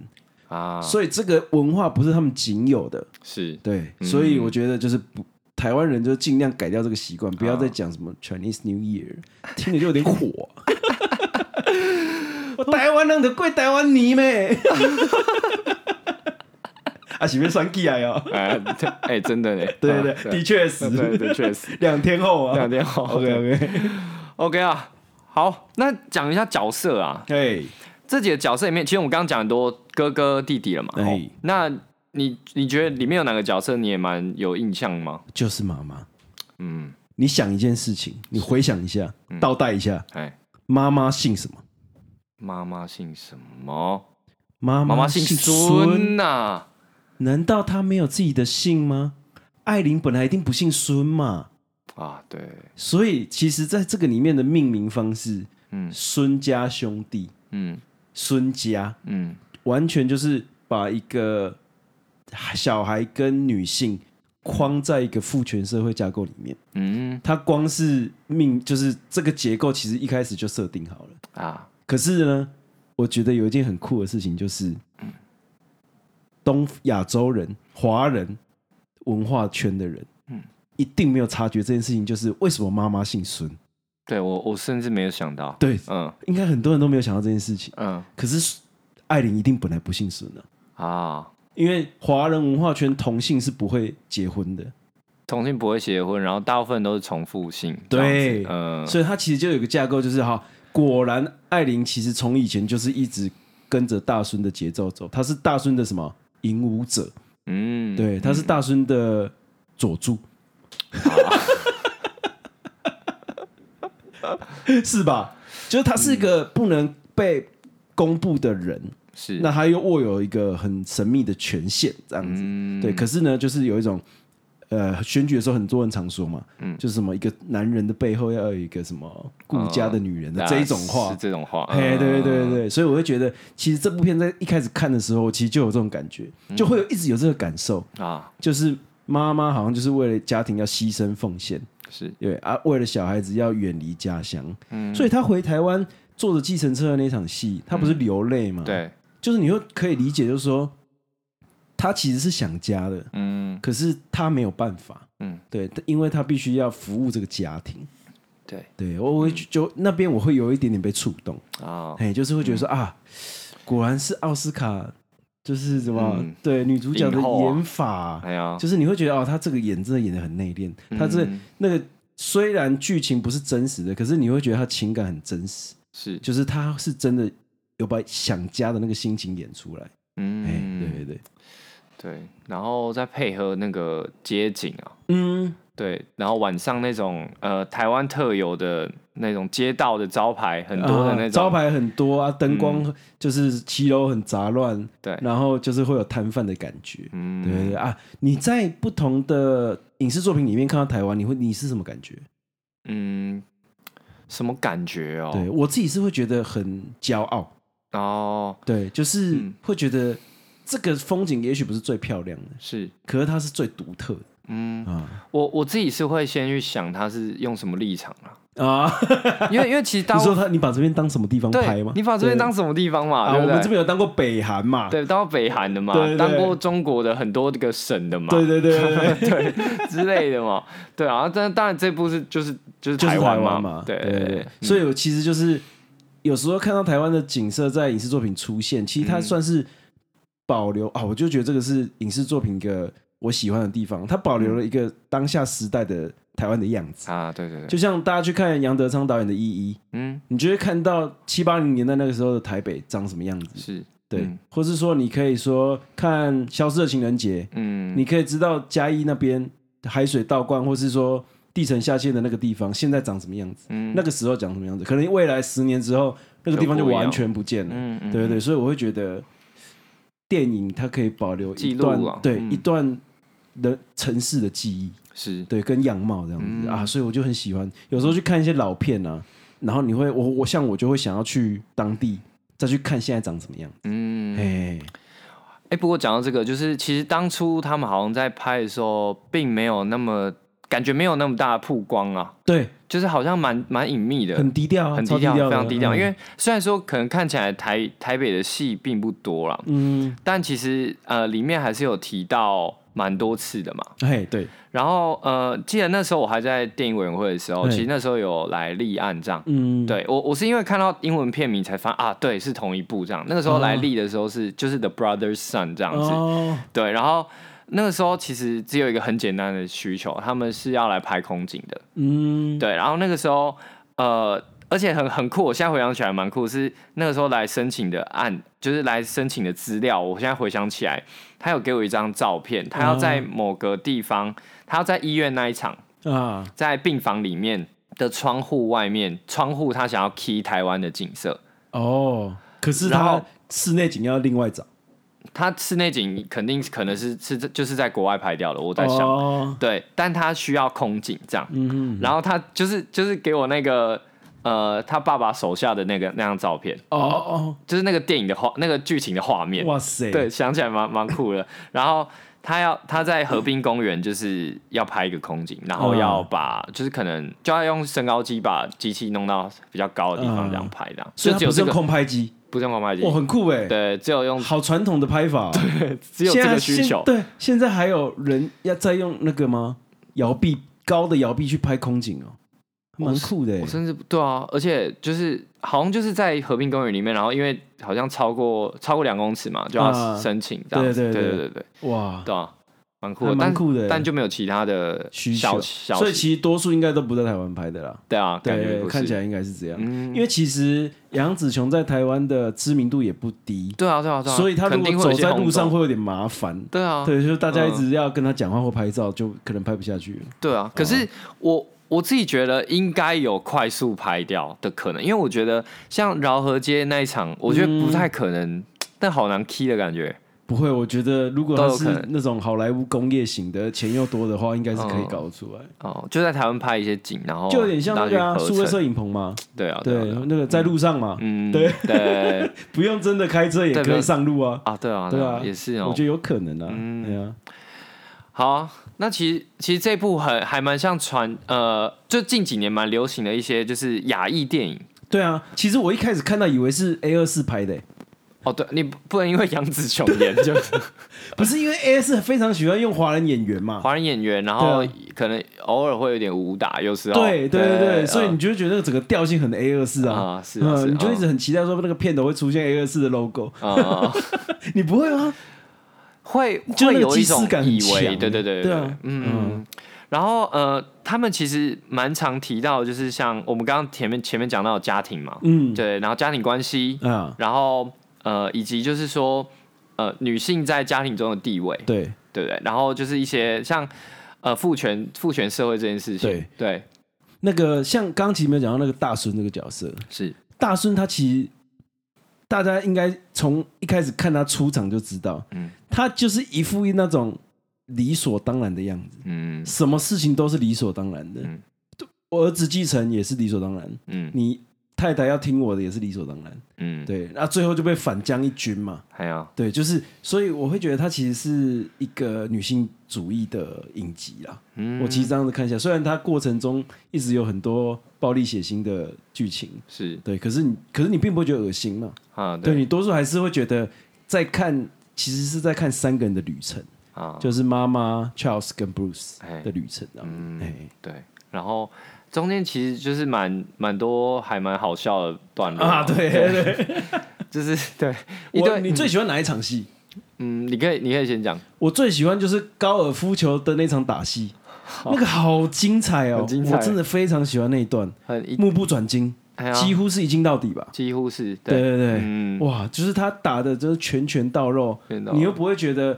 Speaker 1: 啊，
Speaker 2: 所以这个文化不是他们仅有的，
Speaker 1: 是
Speaker 2: 对，
Speaker 1: 嗯
Speaker 2: 所以我觉得就是不。台湾人就尽量改掉这个习惯，
Speaker 1: 啊
Speaker 2: 不要再讲什么 Chinese New Year，听着就 有点火。我台湾人的贵台湾泥咩？ 啊，是不是算起来哦？
Speaker 1: 哎对哎，真的嘞，
Speaker 2: 对对
Speaker 1: 啊
Speaker 2: 对，的确是，
Speaker 1: 对对，确 实
Speaker 2: 两天后啊，
Speaker 1: 两天后
Speaker 2: OK OK，
Speaker 1: OK 啊。好，那讲一下角色啊，
Speaker 2: 哎，
Speaker 1: 这几个角色里面，其实我们刚刚讲很多哥哥弟弟了嘛。
Speaker 2: 哎
Speaker 1: 哦那你你觉得里面有哪个角色你也蛮有印象吗？
Speaker 2: 就是妈妈。
Speaker 1: 嗯，
Speaker 2: 你想一件事情，你回想一下，倒带一下，
Speaker 1: 哎，
Speaker 2: 妈妈姓什么？
Speaker 1: 妈妈姓什么？
Speaker 2: 妈
Speaker 1: 妈妈姓
Speaker 2: 姓
Speaker 1: 孙啊呐、
Speaker 2: 难道她没有自己的姓吗？艾琳本来一定不姓孙嘛，
Speaker 1: 啊，对，
Speaker 2: 所以其实在这个里面的命名方式，
Speaker 1: 嗯
Speaker 2: 孙家兄弟、
Speaker 1: 嗯
Speaker 2: 孙家，
Speaker 1: 嗯，
Speaker 2: 完全就是把一个小孩跟女性框在一个父权社会架构里面。
Speaker 1: 嗯
Speaker 2: 它光是命，就是这个结构，其实一开始就设定好了。
Speaker 1: 啊，
Speaker 2: 可是呢，我觉得有一件很酷的事情，就是东亚洲人、华人文化圈的人，
Speaker 1: 嗯
Speaker 2: 一定没有察觉这件事情，就是为什么妈妈姓孙？
Speaker 1: 对我我甚至没有想到，
Speaker 2: 对，
Speaker 1: 嗯
Speaker 2: 应该很多人都没有想到这件事情。
Speaker 1: 嗯
Speaker 2: 可是艾琳一定本来不姓孙啊，
Speaker 1: 啊，
Speaker 2: 因为华人文化圈同性是不会结婚的，
Speaker 1: 同性不会结婚，然后大部分都是重复性，
Speaker 2: 对
Speaker 1: 这样子呃嗯
Speaker 2: 所以它其实就有一个架构，就是哈，果然艾琳其实从以前就是一直跟着大孙的节奏走，她是大孙的什么引舞者。
Speaker 1: 嗯嗯，啊
Speaker 2: 对，他是大孙的佐助，是吧？就是他是一个不能被公布的人，
Speaker 1: 是
Speaker 2: 那他又握有一个很神秘的权限，这样子。
Speaker 1: 嗯
Speaker 2: 对，可是呢，就是有一种。呃，选举的时候很多人常说嘛，
Speaker 1: 嗯
Speaker 2: 就是什么一个男人的背后要有一个什么顾家的女人的、
Speaker 1: 啊
Speaker 2: 这一种话
Speaker 1: 是，这种话，
Speaker 2: 哎，对对对
Speaker 1: 嗯，
Speaker 2: 对，所以我会觉得，其实这部片在一开始看的时候，其实就有这种感觉，
Speaker 1: 嗯
Speaker 2: 就会有一直有这个感受，
Speaker 1: 啊，
Speaker 2: 就是妈妈好像就是为了家庭要牺牲奉献，
Speaker 1: 是
Speaker 2: 对啊，为了小孩子要远离家乡，
Speaker 1: 嗯
Speaker 2: 所以他回台湾坐着计程车的那场戏，他不是流泪
Speaker 1: 嗯
Speaker 2: 吗？，
Speaker 1: 对，
Speaker 2: 就是你会可以理解，就是说他其实是想家的，
Speaker 1: 嗯
Speaker 2: 可是他没有办法，
Speaker 1: 嗯，
Speaker 2: 对，因为他必须要服务这个家庭。
Speaker 1: 对
Speaker 2: 对，我
Speaker 1: 嗯
Speaker 2: 我会就就那边我会有一点点被触动，
Speaker 1: 啊，
Speaker 2: 哎，就是会觉得说啊，果然是奥斯卡就是什么、
Speaker 1: 嗯
Speaker 2: 对女主角的
Speaker 1: 影后啊
Speaker 2: 演法，
Speaker 1: 哎呀，
Speaker 2: 就是你会觉得哦，她这个演真的演的很内敛，她这
Speaker 1: 嗯
Speaker 2: 那个虽然剧情不是真实的，可是你会觉得她情感很真实，
Speaker 1: 是，
Speaker 2: 就是她是真的有把想家的那个心情演出来。哎、
Speaker 1: 嗯，
Speaker 2: 对对对，
Speaker 1: 对，然后再配合那个街景啊，
Speaker 2: 嗯，
Speaker 1: 对，然后晚上那种呃台湾特有的那种街道的招牌，很多的
Speaker 2: 啊
Speaker 1: 那种嗯
Speaker 2: 招，牌很多啊，灯光就是骑楼很杂乱，
Speaker 1: 对，
Speaker 2: 然后就是会有摊贩的感觉。
Speaker 1: 嗯，
Speaker 2: 对对对啊，你在不同的影视作品里面看到台湾，你会你是什么感觉？
Speaker 1: 嗯，什么感觉哦？
Speaker 2: 对我自己是会觉得很骄傲，
Speaker 1: 哦，
Speaker 2: 对，就是
Speaker 1: 嗯
Speaker 2: 会觉得这个风景也许不是最漂亮的，
Speaker 1: 是，
Speaker 2: 可是它是最独特的
Speaker 1: 嗯，
Speaker 2: 啊
Speaker 1: 我我自己是会先去想他是用什么立场啊，
Speaker 2: 啊！
Speaker 1: 因为因为其实大
Speaker 2: 你
Speaker 1: 部
Speaker 2: 说
Speaker 1: 分
Speaker 2: 他，你把这边当什么地方拍
Speaker 1: 对
Speaker 2: 吗？，
Speaker 1: 你把这边
Speaker 2: 对
Speaker 1: 当什么地方嘛，
Speaker 2: 啊，
Speaker 1: 对
Speaker 2: 我
Speaker 1: 不
Speaker 2: 们这
Speaker 1: 对？
Speaker 2: 边有当过北韩嘛？
Speaker 1: 对，当过北韩的嘛
Speaker 2: 对对，
Speaker 1: 当过中国的很多个省的嘛，
Speaker 2: 对对对 对对
Speaker 1: 对之类的嘛，对啊，但当然这部是就是就是
Speaker 2: 就是
Speaker 1: 湾
Speaker 2: 湾
Speaker 1: 嘛
Speaker 2: 嘛，，
Speaker 1: 对
Speaker 2: 对对。
Speaker 1: 嗯
Speaker 2: 所以我其实就是有时候看到台湾的景色在影视作品出现，其实它
Speaker 1: 嗯
Speaker 2: 算是保留啊，我就觉得这个是影视作品一个我喜欢的地方，它保留了一个当下时代的台湾的样子。
Speaker 1: 嗯啊，对对对，
Speaker 2: 就像大家去看杨德昌导演的《一一》，
Speaker 1: 嗯，
Speaker 2: 你就会看到七八零年代那个时候的台北长什么样子，
Speaker 1: 是，
Speaker 2: 对，
Speaker 1: 嗯
Speaker 2: 或是说你可以说看《消失的情人节》，
Speaker 1: 嗯，
Speaker 2: 你可以知道嘉义那边海水倒灌，或是说地层下陷的那个地方现在长什么样子，
Speaker 1: 嗯
Speaker 2: 那个时候长什么样子，可能未来十年之后那个地方就
Speaker 1: 就不一样
Speaker 2: 完全不见了，
Speaker 1: 嗯嗯
Speaker 2: 对对对，所以我会觉得电影它可以保留一
Speaker 1: 记录
Speaker 2: 段、
Speaker 1: 啊
Speaker 2: 对、
Speaker 1: 嗯
Speaker 2: 一段的城市的记忆，
Speaker 1: 是，
Speaker 2: 对，跟样貌这样子、
Speaker 1: 嗯
Speaker 2: 啊，所以我就很喜欢，有时候去看一些老片啊，然后你会我我像我就会想要去当地再去看现在长什么样，
Speaker 1: 嗯，哎、
Speaker 2: 哎、
Speaker 1: 不过讲到这个，就是其实当初他们好像在拍的时候，并没有那么感觉没有那么大的曝光啊，
Speaker 2: 对，
Speaker 1: 就是好像蛮蛮隐秘的，
Speaker 2: 很低调啊，
Speaker 1: 很
Speaker 2: 超
Speaker 1: 低调，非
Speaker 2: 低调的，
Speaker 1: 常低调。
Speaker 2: 嗯
Speaker 1: 因为虽然说可能看起来台台北的戏并不多啦，
Speaker 2: 嗯，
Speaker 1: 但其实呃里面还是有提到蛮多次的嘛。
Speaker 2: 哎对，
Speaker 1: 然后呃，记得那时候我还在电影委员会的时候，
Speaker 2: 嗯
Speaker 1: 其实那时候有来立案这样。
Speaker 2: 嗯，
Speaker 1: 对我，我是因为看到英文片名才发啊，对，是同一部这样。那个时候来立的时候是、就是 The Brothers Son 这样子，
Speaker 2: 哦，
Speaker 1: 对。然后那个时候其实只有一个很简单的需求，他们是要来拍空景的，
Speaker 2: 嗯，
Speaker 1: 对。然后那个时候呃，而且很很酷，我现在回想起来蛮酷，是那个时候来申请的案，就是来申请的资料，我现在回想起来，他有给我一张照片，他要在
Speaker 2: 哦
Speaker 1: 某个地方，他要在医院那一场。
Speaker 2: 啊，
Speaker 1: 在病房里面的窗户外面，窗户他想要 key 台湾的景色，
Speaker 2: 哦，可是
Speaker 1: 然
Speaker 2: 他
Speaker 1: 后
Speaker 2: 室内景要另外找，
Speaker 1: 他室内景肯定可能是是就是在国外拍掉的，我在想，
Speaker 2: 哦，
Speaker 1: 对，但他需要空景这样，
Speaker 2: 嗯，
Speaker 1: 然后他就是就是给我那个呃他爸爸手下的那个那张照片，
Speaker 2: 哦哦，
Speaker 1: 就是那个电影的画那个剧情的画面，
Speaker 2: 哇塞，
Speaker 1: 对，，想起来蛮蛮酷的。 然后他要他在河滨公园就是要拍一个空景，然后要把、
Speaker 2: 嗯
Speaker 1: 就是可能就要用升高机把机器弄到比较高的地方
Speaker 2: 嗯
Speaker 1: 这样拍这样，
Speaker 2: 所以
Speaker 1: 就
Speaker 2: 他
Speaker 1: 只有
Speaker 2: 不是
Speaker 1: 这
Speaker 2: 用
Speaker 1: 个
Speaker 2: 空拍机，
Speaker 1: 不是用空拍机
Speaker 2: 哇，，很酷哎，
Speaker 1: 对，只有用
Speaker 2: 好传统的拍法哦，
Speaker 1: 只有
Speaker 2: 现
Speaker 1: 这
Speaker 2: 在
Speaker 1: 个需
Speaker 2: 现
Speaker 1: 求，
Speaker 2: 对，现在还有人要再用那个吗？摇臂高的摇臂去拍空景哦，蛮酷的欸
Speaker 1: 我，甚至对啊，而且就是好像就是在和平公园里面，然后因为好像超过超过两公尺嘛，就要
Speaker 2: 啊
Speaker 1: 申请这样子，
Speaker 2: 对
Speaker 1: 对
Speaker 2: 对
Speaker 1: 对
Speaker 2: 对
Speaker 1: 对对，
Speaker 2: 哇，
Speaker 1: 对啊，蛮酷
Speaker 2: 还
Speaker 1: 的，
Speaker 2: 蛮
Speaker 1: 但
Speaker 2: 酷的欸，
Speaker 1: 但就没有其他的
Speaker 2: 需
Speaker 1: 小
Speaker 2: 求
Speaker 1: 小，
Speaker 2: 所以其实多数应该都不在台湾拍的啦，
Speaker 1: 对啊，感觉
Speaker 2: 对，
Speaker 1: 不
Speaker 2: 看
Speaker 1: 是
Speaker 2: 起来应该是这样，
Speaker 1: 嗯
Speaker 2: 因为其实杨紫琼在台湾的知名度也不低，
Speaker 1: 对啊，对啊，对啊，
Speaker 2: 所以她如
Speaker 1: 肯
Speaker 2: 果
Speaker 1: 定会有
Speaker 2: 走
Speaker 1: 一些
Speaker 2: 在
Speaker 1: 轰
Speaker 2: 路上
Speaker 1: 动，
Speaker 2: 会有点麻烦。
Speaker 1: 对啊，
Speaker 2: 对，就是大家一直要跟她讲话或拍照，就可能拍不下去了。
Speaker 1: 对啊。可是我我自己觉得应该有快速拍掉的可能，因为我觉得像饶河街那一场，我觉得
Speaker 2: 嗯
Speaker 1: 不太可能，但好难 key 的感觉，
Speaker 2: 不会，我觉得如果
Speaker 1: 都
Speaker 2: 她
Speaker 1: 有可
Speaker 2: 是
Speaker 1: 能
Speaker 2: 那种好莱坞工业型的，钱又多的话，应该是可以
Speaker 1: 嗯
Speaker 2: 搞得出来。
Speaker 1: 哦，就在台湾拍一些景，然后
Speaker 2: 就有点像那个啊，
Speaker 1: 哦拿去合
Speaker 2: 数位
Speaker 1: 成
Speaker 2: 摄影棚嘛，
Speaker 1: 对啊，对啊
Speaker 2: 对
Speaker 1: 对啊，，
Speaker 2: 那个在路上嘛，
Speaker 1: 嗯，
Speaker 2: 对
Speaker 1: 对
Speaker 2: 不用真的开车也
Speaker 1: 对不
Speaker 2: 可
Speaker 1: 用
Speaker 2: 以上路啊。
Speaker 1: 啊，对啊，
Speaker 2: 对啊
Speaker 1: 也是
Speaker 2: 我
Speaker 1: 哦嗯
Speaker 2: 觉。得有可能啊，对啊，
Speaker 1: 好啊，那其实其实这部很还蛮像传呃，就近几年蛮流行的一些就是亚裔电影
Speaker 2: 对啊。其实我一开始看到以为是 A 二四拍的欸，
Speaker 1: 哦，对你不不能因为杨紫琼演就是
Speaker 2: 不是因为 A 是非常喜欢用华人演员嘛？
Speaker 1: 华人演员，然后可能偶尔会有点武打，有时候
Speaker 2: 啊对对对对，所以你
Speaker 1: 嗯
Speaker 2: 就会觉得整个调性很 A 二四啊，
Speaker 1: 啊是啊是啊
Speaker 2: 嗯，你就一直很期待说那个片头会出现 A 二四的 logo，
Speaker 1: 嗯嗯嗯
Speaker 2: 你不会吗？
Speaker 1: 会
Speaker 2: 就那
Speaker 1: 会
Speaker 2: 个
Speaker 1: 有一
Speaker 2: 既视
Speaker 1: 种
Speaker 2: 感很
Speaker 1: 以
Speaker 2: 强
Speaker 1: 为，对对对
Speaker 2: 对
Speaker 1: 对
Speaker 2: 啊
Speaker 1: 嗯。然后呃，他们其实蛮常提到，就是像我们刚刚前面前面讲到的家庭嘛，
Speaker 2: 嗯，
Speaker 1: 对，然后家庭关系，
Speaker 2: 啊，
Speaker 1: 然后呃，以及就是说呃，女性在家庭中的地位，
Speaker 2: 对，
Speaker 1: 对不对？然后就是一些像呃父权父权社会这件事情，
Speaker 2: 对
Speaker 1: 对
Speaker 2: 那个像刚奇没有讲到那个大孙这个角色，
Speaker 1: 是，
Speaker 2: 大孙他其实大家应该从一开始看他出场就知道，
Speaker 1: 嗯
Speaker 2: 他就是一副那种理所当然的样子，
Speaker 1: 嗯
Speaker 2: 什么事情都是理所当然的。
Speaker 1: 嗯
Speaker 2: 我儿子继承也是理所当然，
Speaker 1: 嗯
Speaker 2: 你太太要听我的也是理所当然。
Speaker 1: 嗯，啊
Speaker 2: 对，那最后就被反将一军嘛。
Speaker 1: 还有
Speaker 2: 对，就是，所以我会觉得他其实是一个女性主义的影集啦。
Speaker 1: 嗯，
Speaker 2: 我其实这样子看起来，虽然它过程中一直有很多暴力血腥的剧情，
Speaker 1: 是
Speaker 2: 对，可是你，可是你并不会觉得恶心嘛？
Speaker 1: 啊，
Speaker 2: 对
Speaker 1: 对
Speaker 2: 你多数还是会觉得在看，其实是在看三个人的旅程，
Speaker 1: 啊，
Speaker 2: 就是妈妈 Charles 跟 Bruce
Speaker 1: 哎
Speaker 2: 的旅程啊。哎
Speaker 1: 嗯，对，然后中间其实就是蛮蛮多还蛮好笑的段落
Speaker 2: 啊，对，对对，
Speaker 1: 就是对一
Speaker 2: 我
Speaker 1: 对，
Speaker 2: 你最喜欢 哪一场戏？
Speaker 1: 嗯，你可以你可以先讲，
Speaker 2: 我最喜欢就是高尔夫球的那场打戏，那个好精彩哦
Speaker 1: 哦很，精彩
Speaker 2: 我真的非常喜欢那一段，
Speaker 1: 很一
Speaker 2: 目不转睛，
Speaker 1: 哎呀
Speaker 2: 几乎是一镜到底吧。
Speaker 1: 几乎是
Speaker 2: 对对对，
Speaker 1: 嗯
Speaker 2: 哇，就是他打的就是拳拳到肉，
Speaker 1: 真的哦
Speaker 2: 你又不会觉得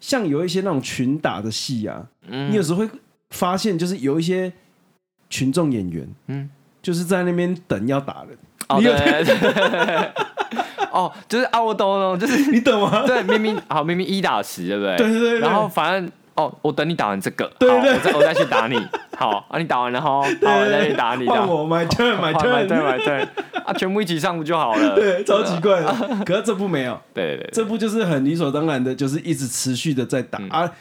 Speaker 2: 像有一些那种群打的戏啊，
Speaker 1: 嗯
Speaker 2: 你有时候会发现就是有一些群众演员，
Speaker 1: 嗯
Speaker 2: 就是在那边等要打人，
Speaker 1: 哦
Speaker 2: 你有
Speaker 1: 对对对对 哦，就是啊，我懂我懂，就是
Speaker 2: 你懂吗？
Speaker 1: 对明明好明明一打十，对不对？
Speaker 2: 对对对对
Speaker 1: 然后反正哦，我等你打完这个，
Speaker 2: 对对
Speaker 1: 好我再我再去打你，好啊，你打完了哈，好我再去打你，这
Speaker 2: 换
Speaker 1: 样
Speaker 2: 我 my turn my
Speaker 1: 对
Speaker 2: turn，
Speaker 1: 对对，啊，全部一起上不就好了？
Speaker 2: 对，超奇怪 的。可是这部没有，
Speaker 1: 对对对，嗯
Speaker 2: 这部就是很理所当然的，就是一直持续的在打、啊，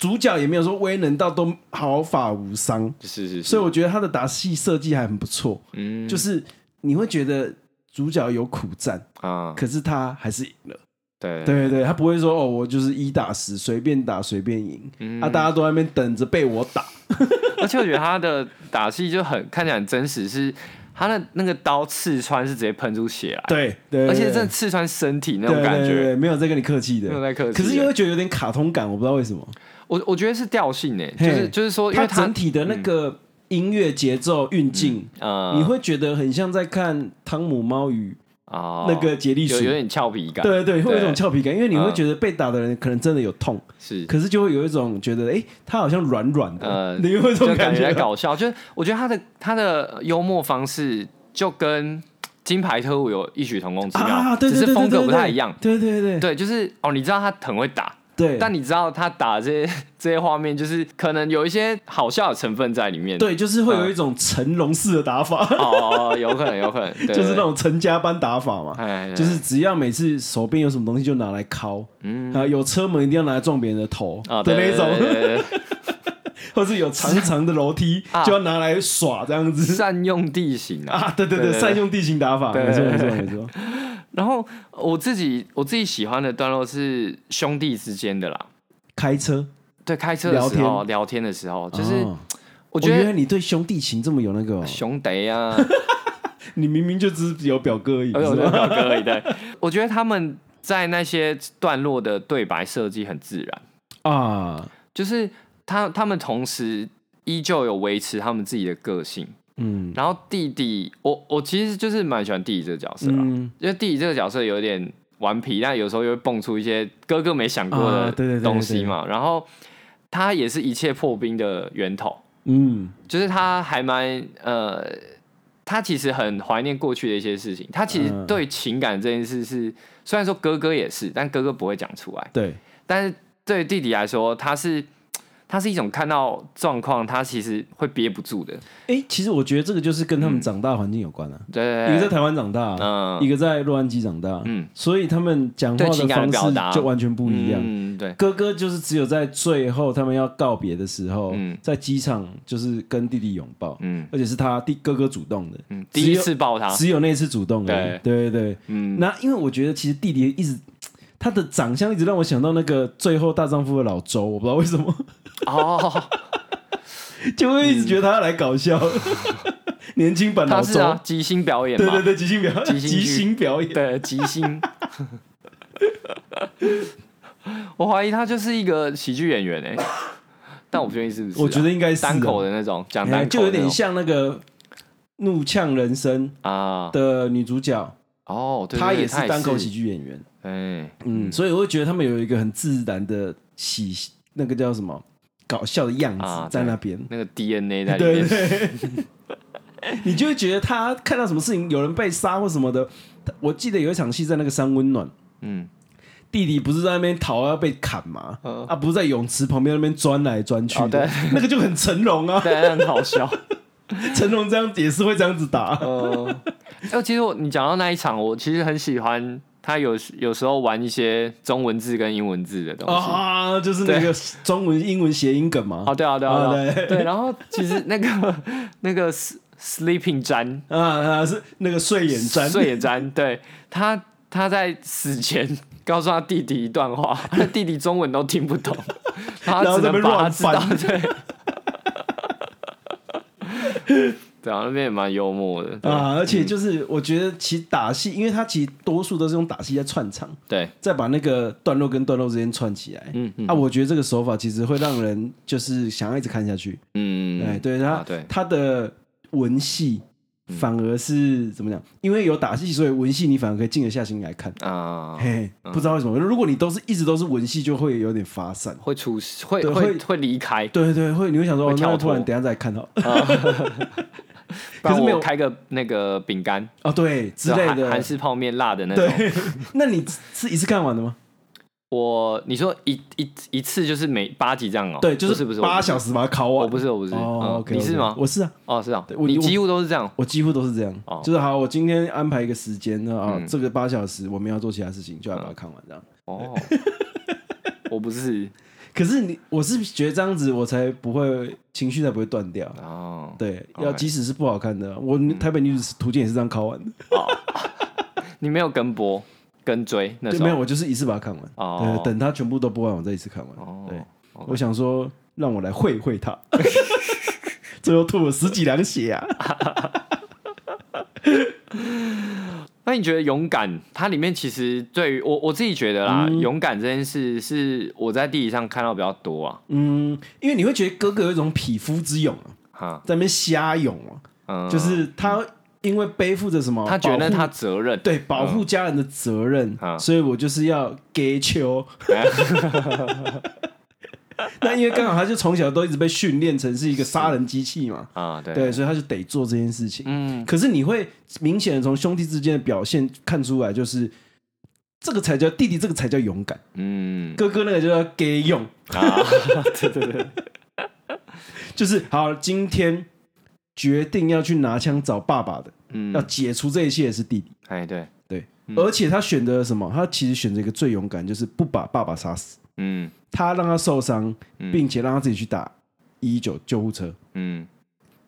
Speaker 2: 主角也没有说威能到都毫发无伤，
Speaker 1: 是是
Speaker 2: 所
Speaker 1: 是
Speaker 2: 以，我觉得他的打戏设计还很不错，
Speaker 1: 嗯
Speaker 2: 就是你会觉得主角有苦战，
Speaker 1: 啊，
Speaker 2: 可是他还是赢了。
Speaker 1: 对
Speaker 2: 对对，他不会说哦，我就是一打十，随便打随便赢、
Speaker 1: 嗯
Speaker 2: 啊，大家都在那边等着被我打。
Speaker 1: 而且我觉得他的打戏就很看起来很真实，是他的那个刀刺穿是直接喷出血来，
Speaker 2: 对对，
Speaker 1: 哎而且
Speaker 2: 这
Speaker 1: 真的刺穿身体那种
Speaker 2: 对对
Speaker 1: 感觉，
Speaker 2: 对对没有在跟你客气的，
Speaker 1: 没有在客气的
Speaker 2: 可是又会觉得有点卡通感，我不知道为什么。
Speaker 1: 我我觉得是调性诶、
Speaker 2: 嘿
Speaker 1: 就是就是说，因
Speaker 2: 它
Speaker 1: 为他嗯
Speaker 2: 整体的那个音乐节奏运镜，
Speaker 1: 呃
Speaker 2: 你会觉得很像在看《汤姆猫与
Speaker 1: 啊
Speaker 2: 那个杰利鼠
Speaker 1: 有》有点俏皮感，
Speaker 2: 对对，会有一种俏皮感，因为你会
Speaker 1: 嗯
Speaker 2: 觉得被打的人可能真的有痛，
Speaker 1: 是
Speaker 2: 可是就会有一种觉得，哎，他好像软软的
Speaker 1: 呃，
Speaker 2: 你有一
Speaker 1: 就
Speaker 2: 种
Speaker 1: 感
Speaker 2: 觉啊
Speaker 1: 在。搞笑，就是我觉得他的他的幽默方式就跟金牌特务有异曲同工之妙，
Speaker 2: 啊，对对
Speaker 1: 只是
Speaker 2: 对，对
Speaker 1: 风格
Speaker 2: 对
Speaker 1: 不太一样。
Speaker 2: 对对对
Speaker 1: 对，就是哦，你知道他很会打，
Speaker 2: 对，
Speaker 1: 但你知道他打的这些 这些画面，就是可能有一些好笑的成分在里面。
Speaker 2: 对，就是会有一种成龙式的打法，
Speaker 1: 哦，哦，哦有可能，有可能， 对
Speaker 2: 就是那，
Speaker 1: 对
Speaker 2: 种陈家班打法嘛，
Speaker 1: 哎，哎
Speaker 2: 就是只要每次手边有什么东西就拿来敲，
Speaker 1: 嗯
Speaker 2: 啊，有车门一定要拿来撞别人的头
Speaker 1: 啊
Speaker 2: 的
Speaker 1: 对
Speaker 2: 那
Speaker 1: 对对
Speaker 2: 一种，
Speaker 1: 对对对
Speaker 2: 或是有长长的楼梯
Speaker 1: 啊
Speaker 2: 就要拿来耍这样子
Speaker 1: 善用地形啊。
Speaker 2: 啊，对对
Speaker 1: 对
Speaker 2: 对，
Speaker 1: 对对
Speaker 2: 善用地形打法，
Speaker 1: 对
Speaker 2: 没错
Speaker 1: 对
Speaker 2: 没
Speaker 1: 对
Speaker 2: 错没错，
Speaker 1: 然后我自己我自己喜欢的段落是兄弟之间的啦，
Speaker 2: 开车，
Speaker 1: 对，开车的时
Speaker 2: 聊
Speaker 1: 候
Speaker 2: 天
Speaker 1: 聊天的时候，就是、
Speaker 2: 哦
Speaker 1: 我
Speaker 2: 哦
Speaker 1: 觉
Speaker 2: 原
Speaker 1: 得
Speaker 2: 来你对兄弟情这么有那个哦，
Speaker 1: 熊得啊，
Speaker 2: 你明明就只是有表哥而已，
Speaker 1: 哎呦，
Speaker 2: 是
Speaker 1: 对
Speaker 2: 吧
Speaker 1: 表哥而已对，我觉得他们在那些段落的对白设计很自然，
Speaker 2: 啊，
Speaker 1: 就是他他们同时依旧有维持他们自己的个性。
Speaker 2: 嗯
Speaker 1: 然后弟弟，我我其实就是蛮喜欢弟弟这个角色啦，
Speaker 2: 嗯，
Speaker 1: 因为弟弟这个角色有点顽皮，但有时候又会蹦出一些哥哥没想过
Speaker 2: 啊对对对
Speaker 1: 的
Speaker 2: 对
Speaker 1: 东西嘛。然后他也是一切破冰的源头，
Speaker 2: 嗯
Speaker 1: 就是他还蛮呃，他其实很怀念过去的一些事情。他其实
Speaker 2: 嗯
Speaker 1: 对情感这件事是，虽然说哥哥也是，但哥哥不会讲出来。
Speaker 2: 对，
Speaker 1: 但是对弟弟来说，他是它是一种看到状况，他其实会憋不住的。
Speaker 2: 哎，其实我觉得这个就是跟他们长大环境有关啊。
Speaker 1: 对对
Speaker 2: 一
Speaker 1: 嗯对
Speaker 2: 个在台湾长大，
Speaker 1: 嗯
Speaker 2: 一个在洛杉矶长大，
Speaker 1: 嗯
Speaker 2: 所以他们讲话
Speaker 1: 对
Speaker 2: 的
Speaker 1: 情感
Speaker 2: 方
Speaker 1: 的表达
Speaker 2: 式就完全不一样。
Speaker 1: 嗯，对，
Speaker 2: 哥哥就是只有在最后他们要告别的时候，
Speaker 1: 嗯
Speaker 2: 在机场就是跟弟弟拥抱，
Speaker 1: 嗯
Speaker 2: 而且是他弟哥哥主动的，
Speaker 1: 嗯，
Speaker 2: 只
Speaker 1: 第
Speaker 2: 有
Speaker 1: 一次抱他，
Speaker 2: 只有那一次主动而已。对对对，
Speaker 1: 嗯，
Speaker 2: 那因为我觉得其实弟弟一直他的长相一直让我想到那个最后大丈夫的老周，我不知道为什么
Speaker 1: 哦，
Speaker 2: 就会一直觉得他要来搞笑， 年轻版
Speaker 1: 嗯
Speaker 2: 老
Speaker 1: 他
Speaker 2: 周，
Speaker 1: 是啊，即兴表演
Speaker 2: 对
Speaker 1: 嘛
Speaker 2: 对，对，即兴表
Speaker 1: 即
Speaker 2: 演，
Speaker 1: 兴
Speaker 2: 即
Speaker 1: 剧啊
Speaker 2: 兴表演，
Speaker 1: 对，即兴。 我怀疑他就是一个喜剧演员哎、但我不确定是不是啊、
Speaker 2: 我觉得应该是啊
Speaker 1: 单口的那种，讲
Speaker 2: 哎
Speaker 1: 单口
Speaker 2: 就有
Speaker 1: 的那
Speaker 2: 点
Speaker 1: 种
Speaker 2: 像那个《怒呛人生
Speaker 1: 啊》，
Speaker 2: 的女主角，
Speaker 1: 哦，对对
Speaker 2: 她
Speaker 1: 对
Speaker 2: 也
Speaker 1: 他
Speaker 2: 是单口喜剧演员。
Speaker 1: 哎，
Speaker 2: 嗯，所以我会觉得他们有一个很自然的喜，那个叫什么搞笑的样
Speaker 1: 啊
Speaker 2: 子在那边。
Speaker 1: 那个 DNA 在里
Speaker 2: 对
Speaker 1: 面，
Speaker 2: 对，你就会觉得他看到什么事情，有人被杀或什么的。他我记得有一场戏在那个三温暖，
Speaker 1: 嗯，
Speaker 2: 弟弟不是在那边逃要被砍吗？
Speaker 1: 嗯
Speaker 2: 啊，不是在泳池旁边那边钻来钻去
Speaker 1: 哦
Speaker 2: 的，
Speaker 1: 对
Speaker 2: 那个就很成龙 啊。
Speaker 1: 对，很好 笑。
Speaker 2: 成龙这样也是会这样子打。
Speaker 1: 呃，哎，其实我你讲到那一场，我其实很喜欢他有有时候玩一些中文字跟英文字的东西。
Speaker 2: 啊，就是那个中文、英文谐音梗嘛。
Speaker 1: 哦，对啊，对啊，
Speaker 2: 啊
Speaker 1: 对啊对。然后其实那个那个 s- sleeping 詹，
Speaker 2: 啊啊，是那个睡眼沾，
Speaker 1: 睡眼詹，对他他在死前告诉他弟弟一段话，他的弟弟中文都听不懂，他
Speaker 2: 然后
Speaker 1: 只
Speaker 2: 在
Speaker 1: 能
Speaker 2: 那边
Speaker 1: 把他
Speaker 2: 乱
Speaker 1: 知道
Speaker 2: 翻
Speaker 1: 对。对啊，那边也蛮幽默的对
Speaker 2: 啊，而且就是我觉得其实打戏，因为他其实多数都是用打戏在串场，
Speaker 1: 对，
Speaker 2: 再把那个段落跟段落之间串起来。
Speaker 1: 嗯嗯
Speaker 2: 啊，我觉得这个手法其实会让人就是想要一直看下去。
Speaker 1: 嗯，
Speaker 2: 哎，对
Speaker 1: 啊
Speaker 2: 他
Speaker 1: 对嗯
Speaker 2: 他的文戏反而是怎么讲？因为有打戏，所以文戏你反而可以静得下心来看。
Speaker 1: 啊、
Speaker 2: 嘿，不知道为什么，如果你都是一直都是文戏，就会有点发散。
Speaker 1: 会出事会
Speaker 2: 对
Speaker 1: 会
Speaker 2: 会
Speaker 1: 会离开，
Speaker 2: 对对，会你会想说，
Speaker 1: 会
Speaker 2: 哦
Speaker 1: 跳
Speaker 2: 那突然
Speaker 1: 脱
Speaker 2: 等一下再看到
Speaker 1: 不然
Speaker 2: 可是没有
Speaker 1: 我开个那个饼干
Speaker 2: 哦，对之类
Speaker 1: 韩
Speaker 2: 的
Speaker 1: 韩。式泡面辣的那种。
Speaker 2: 对， 那你是一次看完的吗？
Speaker 1: 我你说一一一次就是每八集这样哦、
Speaker 2: 对，就
Speaker 1: 不是不是
Speaker 2: 八小
Speaker 1: 时？
Speaker 2: 时把它考完。
Speaker 1: 我不是我不是，嗯
Speaker 2: 哦，OK，
Speaker 1: 你是吗？
Speaker 2: 我是啊，
Speaker 1: 哦，是啊，
Speaker 2: 我
Speaker 1: 你几乎都是这 样。
Speaker 2: 我几乎都是这样
Speaker 1: 哦，
Speaker 2: 就是好，我今天安排一个时间那啊
Speaker 1: 嗯，
Speaker 2: 这个八小时我们要做其他事情，就要把它看完这样。
Speaker 1: 哦，我不是
Speaker 2: 可是你，我是觉得这样子，我才不会情绪才不会断掉。啊
Speaker 1: 哦，嗯
Speaker 2: 对，
Speaker 1: OK
Speaker 2: 要即使是不好看的，我台北女子图鉴也是这样考完的，
Speaker 1: 哦你没有跟播跟追那
Speaker 2: 对，
Speaker 1: 时候
Speaker 2: 没有，我就是一次把它看完。
Speaker 1: 哦
Speaker 2: 对，等它全部都播完，我再一次看完。
Speaker 1: 哦
Speaker 2: 对，我想说，让我来会会它， 最后吐了十几两血啊！
Speaker 1: 那你觉得勇敢？它里面其实对于我我自己觉得啦，
Speaker 2: 嗯
Speaker 1: 勇敢这件事是我在地理上看到比较多啊，
Speaker 2: 嗯，因为你会觉得哥哥有一种匹夫之勇啊，
Speaker 1: 哈，
Speaker 2: 在那边瞎勇啊。
Speaker 1: 嗯，
Speaker 2: 就是他因为背负着什么，
Speaker 1: 他觉得
Speaker 2: 保护
Speaker 1: 他责任，
Speaker 2: 对保护家人的责任，
Speaker 1: 嗯
Speaker 2: 所以我就是要给球。
Speaker 1: 哎
Speaker 2: 那因为刚好他就从小都一直被训练成是一个杀人机器嘛，
Speaker 1: 啊，对，
Speaker 2: 对，所以他就得做这件事情。
Speaker 1: 嗯，
Speaker 2: 可是你会明显的从兄弟之间的表现看出来，就是这个才叫弟弟，这个才叫勇敢，
Speaker 1: 嗯
Speaker 2: 哥哥那个就叫给勇，
Speaker 1: 啊，
Speaker 2: 就是好，今天决定要去拿枪找爸爸的，要
Speaker 1: 嗯，
Speaker 2: 解除这一切的是弟弟。
Speaker 1: 哎，对，
Speaker 2: 对，而且他选择了什么？他其实选择一个最勇敢，就是不把爸爸杀死，
Speaker 1: 嗯
Speaker 2: 他让他受伤，
Speaker 1: 嗯
Speaker 2: 并且让他自己去打一一九救护车。
Speaker 1: 嗯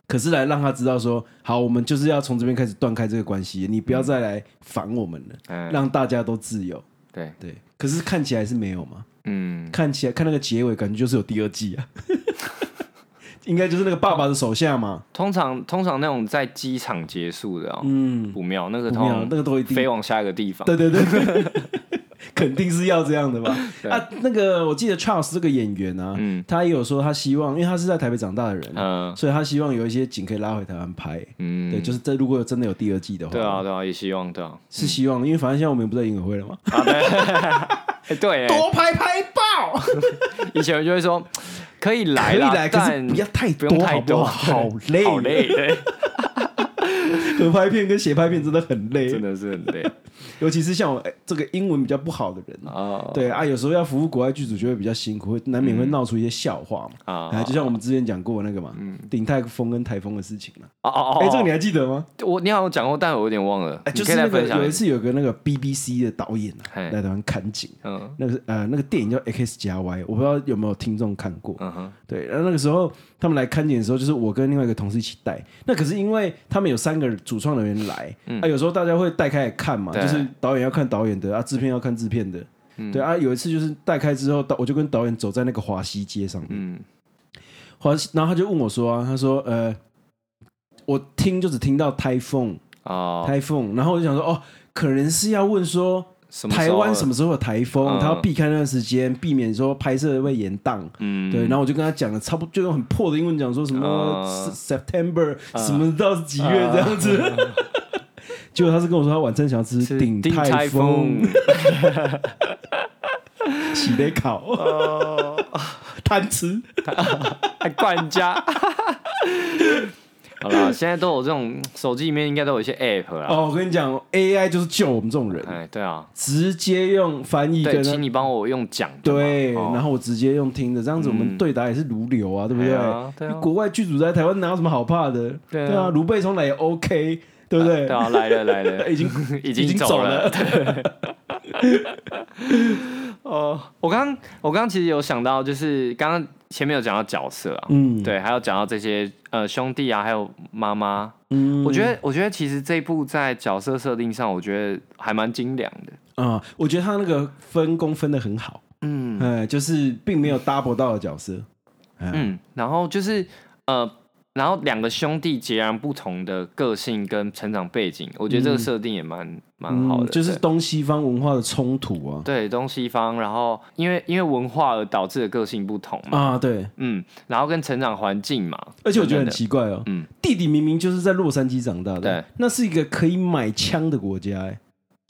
Speaker 2: 可是来让他知道说，好，我们就是要从这边开始断开这个关系，你不要再来烦我们了，
Speaker 1: 嗯，
Speaker 2: 让大家都自由。
Speaker 1: 对，
Speaker 2: 对，可是看起来是没有嘛？
Speaker 1: 嗯
Speaker 2: 看起来看那个结尾，感觉就是有第二季啊， 应该就是那个爸爸的手下嘛。
Speaker 1: 通常通常那种在机场结束的哦，
Speaker 2: 嗯，
Speaker 1: 不妙，那个
Speaker 2: 不
Speaker 1: 通
Speaker 2: 妙，那
Speaker 1: 常
Speaker 2: 个都一定
Speaker 1: 飞往下一个地方，
Speaker 2: 对对对， 肯定是要这样的吧？
Speaker 1: 对
Speaker 2: 啊，那个我记得 Charles 这个演员啊，
Speaker 1: 嗯
Speaker 2: 他也有说他希望，因为他是在台北长大的人，
Speaker 1: 嗯
Speaker 2: 所以他希望有一些景可以拉回台湾拍。
Speaker 1: 嗯，
Speaker 2: 对，就是哦这如果有真的有第二季的话，
Speaker 1: 对啊，对啊，也希望对啊，
Speaker 2: 是希望，因为反正现在我们也不在影委会了嘛，
Speaker 1: 啊对，哎对，哎
Speaker 2: 拍拍爆，
Speaker 1: 以前我就会说可以来
Speaker 2: 可以
Speaker 1: 啦，
Speaker 2: 来，可
Speaker 1: 但
Speaker 2: 是不要太
Speaker 1: 不用
Speaker 2: 多，
Speaker 1: 太
Speaker 2: 好不
Speaker 1: 多，
Speaker 2: 好？好 累，
Speaker 1: 好 累，对，
Speaker 2: 合拍片跟斜拍片真的很累
Speaker 1: 真。的是很累。
Speaker 2: 尤其是像我、哎这个英文比较不好的人，
Speaker 1: 哦，
Speaker 2: 对啊，有时候要服务国外剧组就会比较辛苦，会难
Speaker 1: 嗯
Speaker 2: 免会闹出一些笑话嘛。
Speaker 1: 啊，
Speaker 2: 哎，就像我们之前讲过那个嘛，鼎泰丰跟台风的事情嘛。
Speaker 1: 哦哦哦，哦
Speaker 2: 哎，这个你还记得吗？
Speaker 1: 我你好像讲过，但我有点忘了，
Speaker 2: 哎，就
Speaker 1: 你可
Speaker 2: 是
Speaker 1: 以
Speaker 2: 那
Speaker 1: 再
Speaker 2: 个
Speaker 1: 分享
Speaker 2: 有一
Speaker 1: 一
Speaker 2: 次有个那个 BBC 的导演啊，
Speaker 1: 嘿
Speaker 2: 来台湾看景，
Speaker 1: 嗯
Speaker 2: 那个是呃那个电影叫 X 加 Y，我不知道有没有听众看过。
Speaker 1: 嗯哼，
Speaker 2: 对，然后那个时候他们来看景的时候，就是我跟另外一个同事一起带。那可是因为他们有三个主创人员来，啊，有时候大家会带开来看嘛，
Speaker 1: 对
Speaker 2: 就是导演要看导演的，啊，制片要看制片的。
Speaker 1: 嗯
Speaker 2: 对啊，有一次就是带开之后，导我就跟导演走在那个华西街上面，
Speaker 1: 嗯
Speaker 2: 华西，然后他就问我说啊，他说呃，我听就只听到台风，
Speaker 1: 哦，
Speaker 2: 台风，然后我就想说哦，可能是要问说
Speaker 1: 什么时候啊
Speaker 2: 台湾什么时候有台风，
Speaker 1: 嗯
Speaker 2: 他要避开那段时间，避免说拍摄会延宕。
Speaker 1: 嗯
Speaker 2: 对，然后我就跟他讲了，差不多就用很破的英文讲说什么、
Speaker 1: 啊
Speaker 2: Se- September
Speaker 1: 嗯
Speaker 2: 什么到几月这样子。结果他是跟我说他晚餐想要吃
Speaker 1: 是
Speaker 2: 鼎
Speaker 1: 嗯鼎
Speaker 2: 泰
Speaker 1: 泰
Speaker 2: 丰
Speaker 1: 丰
Speaker 2: 喜得烤
Speaker 1: 哦，
Speaker 2: 贪吃，
Speaker 1: 还怪人家。 好啦，现在都有这种手机里面应该都有一些 app 啦。
Speaker 2: 哦，我跟你讲，AI 就是救我们这种人，
Speaker 1: 哎，对啊，
Speaker 2: 直接用翻译
Speaker 1: 对，
Speaker 2: 跟他
Speaker 1: 请你帮我用讲的嘛。
Speaker 2: 对，
Speaker 1: 哦
Speaker 2: 然后我直接用听的，这样子我们
Speaker 1: 嗯
Speaker 2: 对答也是如流啊，对不
Speaker 1: 哎
Speaker 2: 对
Speaker 1: 呀？对啊
Speaker 2: 因为国外剧组在台湾哪有什么好怕的？
Speaker 1: 对啊
Speaker 2: 对啊，卢贝松来也 OK，对不对
Speaker 1: 对？啊，来了来了，
Speaker 2: 已经
Speaker 1: 已
Speaker 2: 已
Speaker 1: 经
Speaker 2: 经
Speaker 1: 走
Speaker 2: 走
Speaker 1: 了
Speaker 2: 了。
Speaker 1: 哦，我刚我刚其实有想到，就是刚刚前面有讲到角色啊，
Speaker 2: 嗯，
Speaker 1: 对，还有讲到这些呃兄弟啊，还有妈妈。
Speaker 2: 嗯，
Speaker 1: 我觉得我觉得其实这一部在角色设定上，我觉得还蛮精良的。
Speaker 2: 啊，我觉得他那个分工分的很好，
Speaker 1: 嗯
Speaker 2: 哎，就是并没有 double 到的角色，
Speaker 1: 嗯，然后就是呃，然后两个兄弟截然不同的个性跟成长背景，我觉得这个设定也蛮蛮、好的，
Speaker 2: 嗯就是
Speaker 1: 对
Speaker 2: 东西方文化的冲突啊，
Speaker 1: 对东西方，然后因为因为文化而导致的个性不同嘛，
Speaker 2: 啊，对，
Speaker 1: 嗯，然后跟成长环境嘛，
Speaker 2: 而且我觉
Speaker 1: 等
Speaker 2: 得
Speaker 1: 等
Speaker 2: 很
Speaker 1: 的
Speaker 2: 奇怪哦，
Speaker 1: 嗯
Speaker 2: 弟弟明明就是在洛杉矶长大的
Speaker 1: 对，
Speaker 2: 那是一个可以买枪的国家，哎。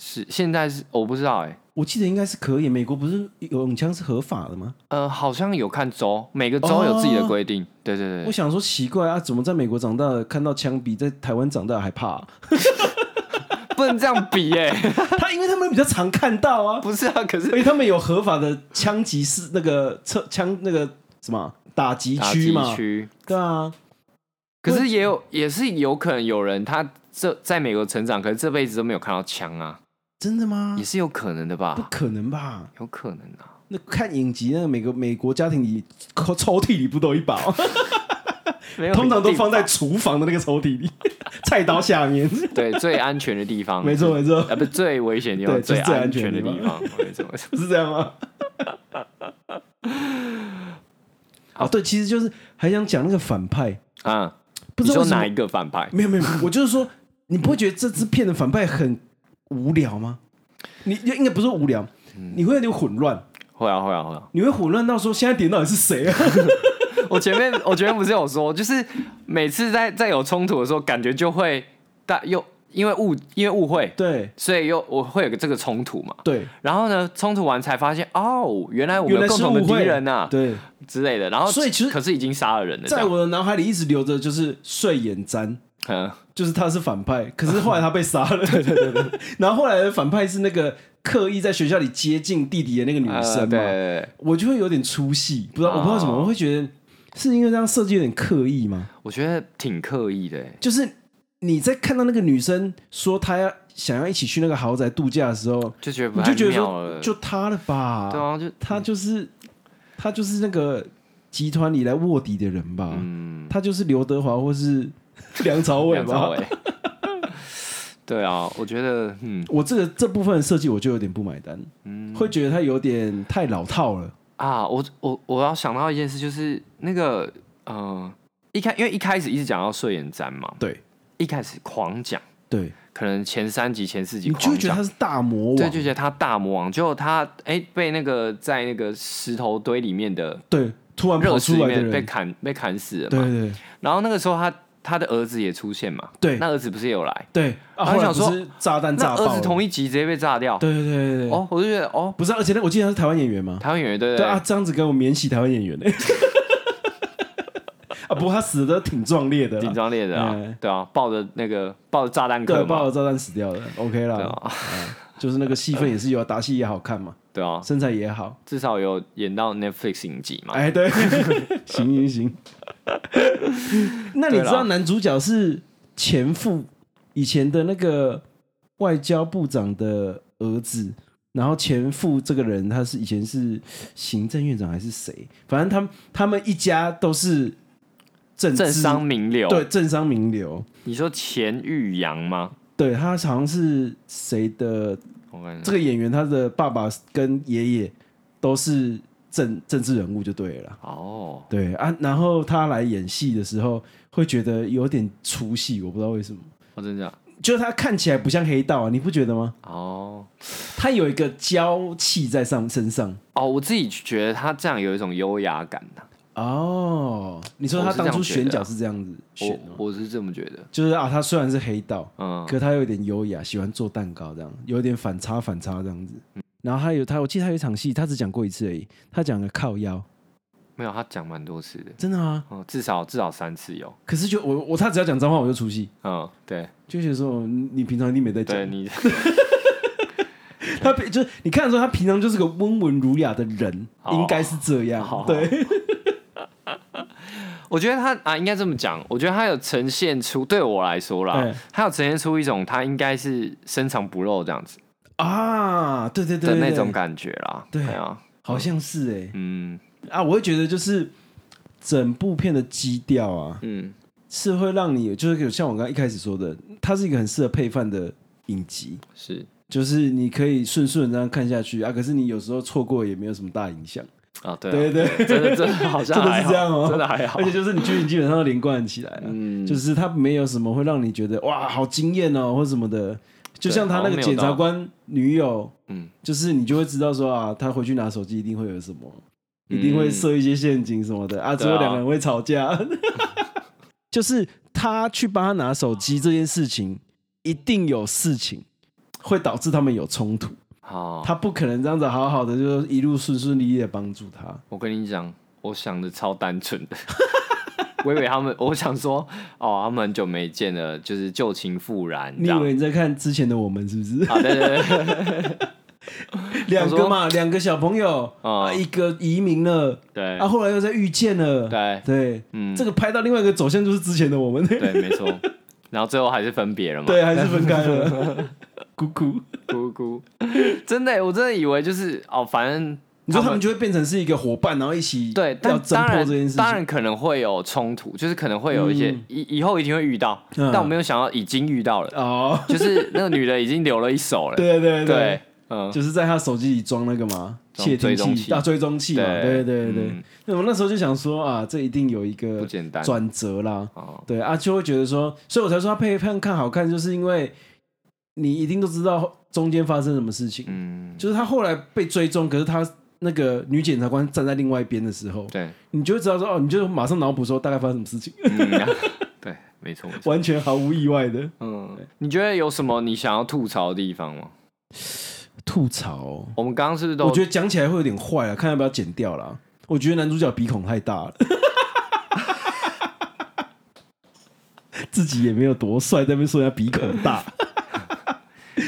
Speaker 1: 是现在是我不知道哎、
Speaker 2: 我记得应该是可以，美国不是有永枪是合法的吗？
Speaker 1: 呃，好像有看州，每个州有自己的规定，对对
Speaker 2: 啊我
Speaker 1: 对，
Speaker 2: 想说奇怪啊，怎么在美国长大的看到枪比在台湾长大的还怕、
Speaker 1: 不能这样比耶、
Speaker 2: 他因为他们比较常看到啊，
Speaker 1: 不是啊，可
Speaker 2: 而
Speaker 1: 是
Speaker 2: 且他们有合法的枪击是那个测枪那个什么打击
Speaker 1: 打
Speaker 2: 区
Speaker 1: 击
Speaker 2: 嘛，
Speaker 1: 区，
Speaker 2: 对啊，
Speaker 1: 可是也有也是有可能有人他这在美国成长，可是这辈子都没有看到枪啊。
Speaker 2: 真的吗
Speaker 1: 也？是有可能的
Speaker 2: 嗯不
Speaker 1: 吧？
Speaker 2: 可能吧？
Speaker 1: 有可能啊，
Speaker 2: 那看影集，那个美国美国家庭里抽抽屉里不都有一把 吗？
Speaker 1: 没有
Speaker 2: 通常都放在
Speaker 1: 地
Speaker 2: 厨房的那个抽屉里，菜刀 下面。
Speaker 1: 方 对最安全的地方，
Speaker 2: 没错没错，
Speaker 1: 啊，不最危险的地方，
Speaker 2: 对就是最
Speaker 1: 安
Speaker 2: 安全
Speaker 1: 的
Speaker 2: 的
Speaker 1: 地
Speaker 2: 地
Speaker 1: 方，没错没错。
Speaker 2: 不是这样吗？哦，对，其实就是还想讲那个反派，
Speaker 1: 啊，
Speaker 2: 不
Speaker 1: 你
Speaker 2: 知
Speaker 1: 说
Speaker 2: 道为什么
Speaker 1: 哪一个反派？
Speaker 2: 没有没有，我就是说，你不会觉得这支片的反派很无聊吗？你应该不是无聊，
Speaker 1: 嗯
Speaker 2: 你会有点混乱，
Speaker 1: 会啊会啊会啊！
Speaker 2: 你会混乱到说现在点到底是谁啊？
Speaker 1: 我前面我前面不是有说，就是每次在在有冲突的时候，感觉就会大又因为误因为误会，
Speaker 2: 对
Speaker 1: 所以又我会有个这个冲突嘛。
Speaker 2: 对，
Speaker 1: 然后呢，冲突完才发现哦，原来我们
Speaker 2: 原
Speaker 1: 有
Speaker 2: 来
Speaker 1: 共
Speaker 2: 是
Speaker 1: 同的
Speaker 2: 误
Speaker 1: 敌
Speaker 2: 会
Speaker 1: 人啊呐、
Speaker 2: 对，
Speaker 1: 之类的。然后
Speaker 2: 所以其实
Speaker 1: 可是已经杀了人了，这
Speaker 2: 在
Speaker 1: 样
Speaker 2: 我的脑海里一直留着就是睡眼瞻，
Speaker 1: 嗯
Speaker 2: 就是他是反派，可是后来他被杀 了，对对对对， 然后后来的反派是那个刻意在学校里接近弟弟的那个女
Speaker 1: 呃
Speaker 2: 生
Speaker 1: 对
Speaker 2: 嘛，
Speaker 1: 对对。
Speaker 2: 我就会有点出戏，不知道、我不知道为什么，
Speaker 1: 哦
Speaker 2: 我会觉得是因为这样设计有点刻意吗？
Speaker 1: 我觉得挺刻意的欸，
Speaker 2: 就是你在看到那个女生说她要想要一起去那个豪宅度假的时候，
Speaker 1: 就觉得不
Speaker 2: 你
Speaker 1: 太
Speaker 2: 就觉得
Speaker 1: 妙了
Speaker 2: 说就她了吧，
Speaker 1: 对啊，就
Speaker 2: 她就是她就是那个集团里来卧底的人吧，
Speaker 1: 嗯，
Speaker 2: 她就是刘德华或是梁朝伟
Speaker 1: 梁朝
Speaker 2: 吧。
Speaker 1: 伟。 对啊，我觉得嗯
Speaker 2: 我这个这部分的设计我就有点不买单，
Speaker 1: 嗯
Speaker 2: 会觉得他有点太老套了。
Speaker 1: 啊，我我我要想到一件事，就是那个呃，一开因为一开始一直讲到睡眼毡嘛，
Speaker 2: 对
Speaker 1: 一开始狂讲，
Speaker 2: 对，
Speaker 1: 可能前三集前四集
Speaker 2: 你就
Speaker 1: 狂
Speaker 2: 会觉得
Speaker 1: 讲
Speaker 2: 他。是大魔
Speaker 1: 对，
Speaker 2: 王，
Speaker 1: 就觉得他大魔王，结果他哎、被那个在那个石头堆里面的
Speaker 2: 对，突然
Speaker 1: 热
Speaker 2: 跑
Speaker 1: 池
Speaker 2: 出
Speaker 1: 里
Speaker 2: 来的
Speaker 1: 面被
Speaker 2: 人，
Speaker 1: 砍被砍死了
Speaker 2: 对
Speaker 1: 嘛。
Speaker 2: 对
Speaker 1: 然后那个时候他他的儿子也出现嘛，
Speaker 2: 对
Speaker 1: 那儿子不是也有来，
Speaker 2: 对，
Speaker 1: 然
Speaker 2: 啊，
Speaker 1: 后
Speaker 2: 后来
Speaker 1: 想
Speaker 2: 不
Speaker 1: 说
Speaker 2: 是炸弹
Speaker 1: 那
Speaker 2: 炸爆
Speaker 1: 儿
Speaker 2: 了
Speaker 1: 子
Speaker 2: 吗，
Speaker 1: 同一集直接被炸掉。
Speaker 2: 对对对对对，
Speaker 1: 哦，我就觉得哦，
Speaker 2: 不是，而且那我记得他是台湾演员吗？
Speaker 1: 台湾演员对不
Speaker 2: 对啊
Speaker 1: 对
Speaker 2: 啊，这样子给我免洗台湾演员、欸。啊，不过他死的挺壮烈的啦，
Speaker 1: 挺壮烈的啊
Speaker 2: 哎，
Speaker 1: 对啊，抱着那个抱着炸弹
Speaker 2: 对
Speaker 1: 壳，
Speaker 2: 爆
Speaker 1: 嘛，
Speaker 2: 了炸弹死掉的，OK
Speaker 1: 对
Speaker 2: 啦，
Speaker 1: 啊，
Speaker 2: 就是那个戏份也是有啊，打戏也好看嘛，
Speaker 1: 对啊，
Speaker 2: 身材也好，
Speaker 1: 至少有演到 Netflix 影集嘛，
Speaker 2: 哎，对，行行行。那你知
Speaker 1: 对啦
Speaker 2: 道男主角是前夫以前的那个外交部长的儿子，然后前夫这个人他是以前是行政院长还是谁？反正他们他们一家都是政
Speaker 1: 政
Speaker 2: 治
Speaker 1: 商名流。
Speaker 2: 对政商名流，
Speaker 1: 你说钱玉阳吗？
Speaker 2: 对他好像是谁的
Speaker 1: 我看一下
Speaker 2: 这个演员他的爸爸跟爷爷都是政政治人物就对了啦。
Speaker 1: 哦，
Speaker 2: 对啊，然后他来演戏的时候，会觉得有点出戏，我不知道为什么。
Speaker 1: 我哦真的假
Speaker 2: 就是他看起来不像黑道啊，你不觉得吗？
Speaker 1: 的哦
Speaker 2: 他有一个娇气在上身上。
Speaker 1: 哦，我自己觉得他这样有一种优雅感啊呐、
Speaker 2: 哦，你说他当初选角是这样子选哦，
Speaker 1: 我我是这么觉得，
Speaker 2: 就是啊，他虽然是黑道，
Speaker 1: 嗯，
Speaker 2: 可他有点优雅，喜欢做蛋糕这样，有点反差反差这样子。然后他有他，我记得他有一场戏，他只讲过一次而已，他讲了靠腰，
Speaker 1: 没有他讲蛮多次的，
Speaker 2: 真的啊。
Speaker 1: 哦，至少至少三次有，
Speaker 2: 可是就我我他只要讲脏话我就出戏，
Speaker 1: 嗯，对，
Speaker 2: 就觉得说哦你你平常一定没在讲
Speaker 1: 对，你
Speaker 2: 他平就是你看的时候，他平常就是个温文儒雅的人，
Speaker 1: 哦
Speaker 2: 应该是这样。
Speaker 1: 好
Speaker 2: 对，
Speaker 1: 我觉得他啊，应该这么讲，我觉得他有呈现出对我来说啦
Speaker 2: 嗯，
Speaker 1: 他有呈现出一种他应该是深藏不露这样子
Speaker 2: 啊，对对对
Speaker 1: 的
Speaker 2: 对，对
Speaker 1: 那种，感觉啦，
Speaker 2: 对
Speaker 1: 啊，
Speaker 2: 好像是哎、
Speaker 1: 嗯
Speaker 2: 啊，我会觉得就是整部片的基调啊，
Speaker 1: 嗯，
Speaker 2: 是会让你就是像我刚刚一开始说的，它是一个很适合配饭的影集，
Speaker 1: 是
Speaker 2: 就是你可以顺顺地这样看下去啊，可是你有时候错过也没有什么大影响，
Speaker 1: 啊，对啊
Speaker 2: 对对
Speaker 1: 真的真的好像
Speaker 2: 真的是
Speaker 1: 还好
Speaker 2: 这样哦
Speaker 1: 真的还好
Speaker 2: 而，且就是你剧情基本上都连贯起来了、
Speaker 1: 嗯
Speaker 2: 就是他没有什么会让你觉得哇好惊艳哦或什么的，就像他那个检察官女友，
Speaker 1: 嗯，
Speaker 2: 就是你就会知道说啊，他回去拿手机一定会有什么，一定会设一些陷阱什么的啊，
Speaker 1: 嗯对啊
Speaker 2: 最后两个人会 吵架，就是他去帮他拿手机这件事情，一定有事情会导致他们有冲突，
Speaker 1: 嗯好，
Speaker 2: 他不可能这样子好好的就一路顺顺利利的帮助他，
Speaker 1: 我跟你讲，我想的超单纯的。 我以为他们，我想说，哦，他们很久没见了，就是旧情复燃这
Speaker 2: 你以
Speaker 1: 样。
Speaker 2: 为你在看之前的我们是不是？
Speaker 1: 啊，对对对，
Speaker 2: 两
Speaker 1: 我说
Speaker 2: 个嘛，两个小朋友、
Speaker 1: 哦
Speaker 2: 啊，一个移民了，
Speaker 1: 对
Speaker 2: 啊，后来又在遇见了，
Speaker 1: 对
Speaker 2: 对，
Speaker 1: 嗯
Speaker 2: 这个拍到另外一个走向就是之前的我 们，
Speaker 1: 对，没错。然后最后还是分别了嘛？
Speaker 2: 对，还是分开了，姑姑，
Speaker 1: 姑姑，真的耶，欸我真的以为就是哦，反正
Speaker 2: 你说他们就会变成是一个伙伴，然后一起
Speaker 1: 对，
Speaker 2: 要
Speaker 1: 但
Speaker 2: 侦
Speaker 1: 当
Speaker 2: 破
Speaker 1: 然
Speaker 2: 这件事
Speaker 1: 当
Speaker 2: 情，
Speaker 1: 然可能会有冲突，就是可能会有一些
Speaker 2: 嗯
Speaker 1: 以、以后一定会遇到，
Speaker 2: 嗯
Speaker 1: 但我没有想到已经遇到了，
Speaker 2: 哦，
Speaker 1: 就是那个女的已经留了一手了，
Speaker 2: 对对
Speaker 1: 对，嗯，
Speaker 2: 就是在他手机里装那个嘛
Speaker 1: 装
Speaker 2: 窃
Speaker 1: 追
Speaker 2: 听
Speaker 1: 踪器
Speaker 2: 器啊，追踪器嘛，
Speaker 1: 对
Speaker 2: 对对对
Speaker 1: 嗯。
Speaker 2: 那我那时候就想说啊，这一定有一
Speaker 1: 不
Speaker 2: 个
Speaker 1: 简单
Speaker 2: 转折啦，
Speaker 1: 哦，
Speaker 2: 对啊，就会觉得说，所以我才说他配看看好看，就是因为你一定都知道中间发生什么事情。
Speaker 1: 嗯，
Speaker 2: 就是他后来被追踪，可是他那个女检察官站在另外一边的时候，
Speaker 1: 对，
Speaker 2: 你就会知道说，哦，你就马上脑补说大概发生什么事情，
Speaker 1: 嗯，对，没错，没错
Speaker 2: 完全毫无意外的
Speaker 1: 嗯，你觉得有什么你想要吐槽的地方吗？
Speaker 2: 吐槽。
Speaker 1: 我们刚刚是不是都
Speaker 2: 我觉得讲起来会有点坏啊，看要不要剪掉啦。我觉得男主角鼻孔太大了， 自己也没有多帅，在那边说人家鼻孔 大。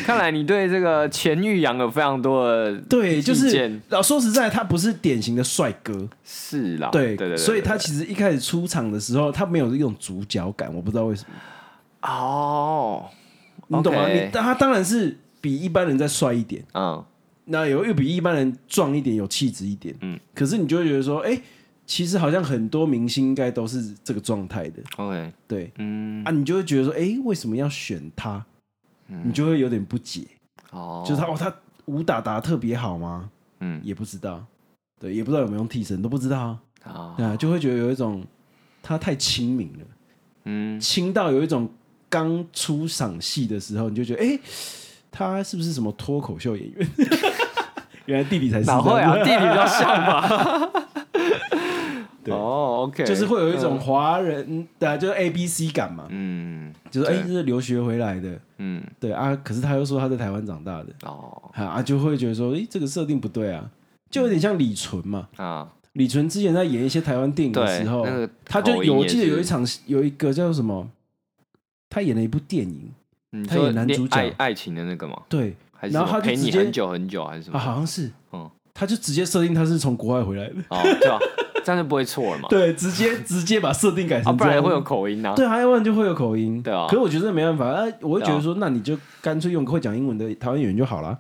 Speaker 1: 看来你对这个钱玉阳有非常多的
Speaker 2: 对，就
Speaker 1: 意
Speaker 2: 是
Speaker 1: 见
Speaker 2: 老说实在，他不是典型的帅哥，
Speaker 1: 是啦，
Speaker 2: 对
Speaker 1: 对对对，
Speaker 2: 所以
Speaker 1: 对
Speaker 2: 他其实一开始出场的时候，他没有一种主角感，我不知道为什么，
Speaker 1: 哦，
Speaker 2: 你懂吗？
Speaker 1: OK
Speaker 2: 你他当然是比一般人再帅一点，
Speaker 1: 嗯，
Speaker 2: 那有又比一般人壮一点，有气质一点，
Speaker 1: 嗯
Speaker 2: 嗯，可是你就会觉得说，哎、其实好像很多明星应该都是这个状态的，
Speaker 1: OK，
Speaker 2: 对
Speaker 1: 嗯，嗯
Speaker 2: 啊，你就会觉得说，哎、为什么要选他？你就会有点不解，
Speaker 1: 哦，
Speaker 2: 就是他哦，他武打打得特别好吗？
Speaker 1: 嗯，
Speaker 2: 也不知道，对，也不知道有没有用替身，都不知道啊，
Speaker 1: 啊，
Speaker 2: 啊，就会觉得有一种他太亲民了。
Speaker 1: 嗯，
Speaker 2: 轻到有一种刚出场戏的时候，你就觉得，哎、他是不是什么脱口秀演员？ 原来弟弟才是这
Speaker 1: 哪
Speaker 2: 样子
Speaker 1: 会啊，地理比较像吧？
Speaker 2: 对
Speaker 1: 哦，OK，
Speaker 2: 就是会有一种华人对啊，就是 A B C 感嘛，
Speaker 1: 嗯，
Speaker 2: 就是哎、
Speaker 1: 对
Speaker 2: 这是留学回来的，
Speaker 1: 嗯，
Speaker 2: 对啊，可是他又说他在台湾长大的，
Speaker 1: 哦，
Speaker 2: 啊，啊就会觉得说，哎、这个设定不对啊，就有点像李纯嘛，
Speaker 1: 啊，
Speaker 2: 李纯之前在演一些台湾电影的
Speaker 1: 对，
Speaker 2: 时候，
Speaker 1: 那个
Speaker 2: 他就
Speaker 1: 口音
Speaker 2: 有我
Speaker 1: 也
Speaker 2: 记得
Speaker 1: 是
Speaker 2: 有一，场有一个叫什么，他演了一部电影，
Speaker 1: 嗯
Speaker 2: 他
Speaker 1: 说
Speaker 2: 演男
Speaker 1: 恋
Speaker 2: 主角
Speaker 1: 爱爱情的那个嘛，
Speaker 2: 对
Speaker 1: 还是
Speaker 2: 然后
Speaker 1: 什么
Speaker 2: 他就
Speaker 1: 陪
Speaker 2: 直
Speaker 1: 你
Speaker 2: 接
Speaker 1: 很久很久还是什
Speaker 2: 啊，
Speaker 1: 么？
Speaker 2: 好像是，
Speaker 1: 嗯
Speaker 2: 他就直接设定他是从国外回来的，
Speaker 1: 哦，对吧？这样就不会错了嘛。
Speaker 2: 对，直接直接把设定改
Speaker 1: 啊，
Speaker 2: 成
Speaker 1: 不
Speaker 2: 这样，
Speaker 1: 然会有口音啊。
Speaker 2: 对，他要不然就会有口音，
Speaker 1: 对啊
Speaker 2: 可是我觉得没办法，啊，我会觉
Speaker 1: 对
Speaker 2: 得
Speaker 1: 啊
Speaker 2: 说，那你就干脆用会讲英文的台湾演员就好了，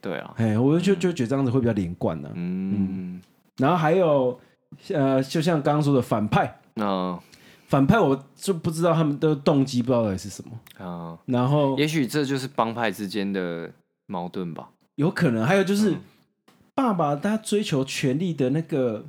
Speaker 1: 对啊，
Speaker 2: 哎，我就就觉得这样子会比较连贯呢、啊。
Speaker 1: 嗯，
Speaker 2: 然后还有，呃，就像刚刚说的反派，
Speaker 1: 那
Speaker 2: 反派我就不知道他们的动机，不知道到底是什么。
Speaker 1: 啊，
Speaker 2: 然后
Speaker 1: 也许这就是帮派之间的矛盾吧。
Speaker 2: 有可能还有
Speaker 1: 嗯
Speaker 2: 就是，爸爸他追求权力的那个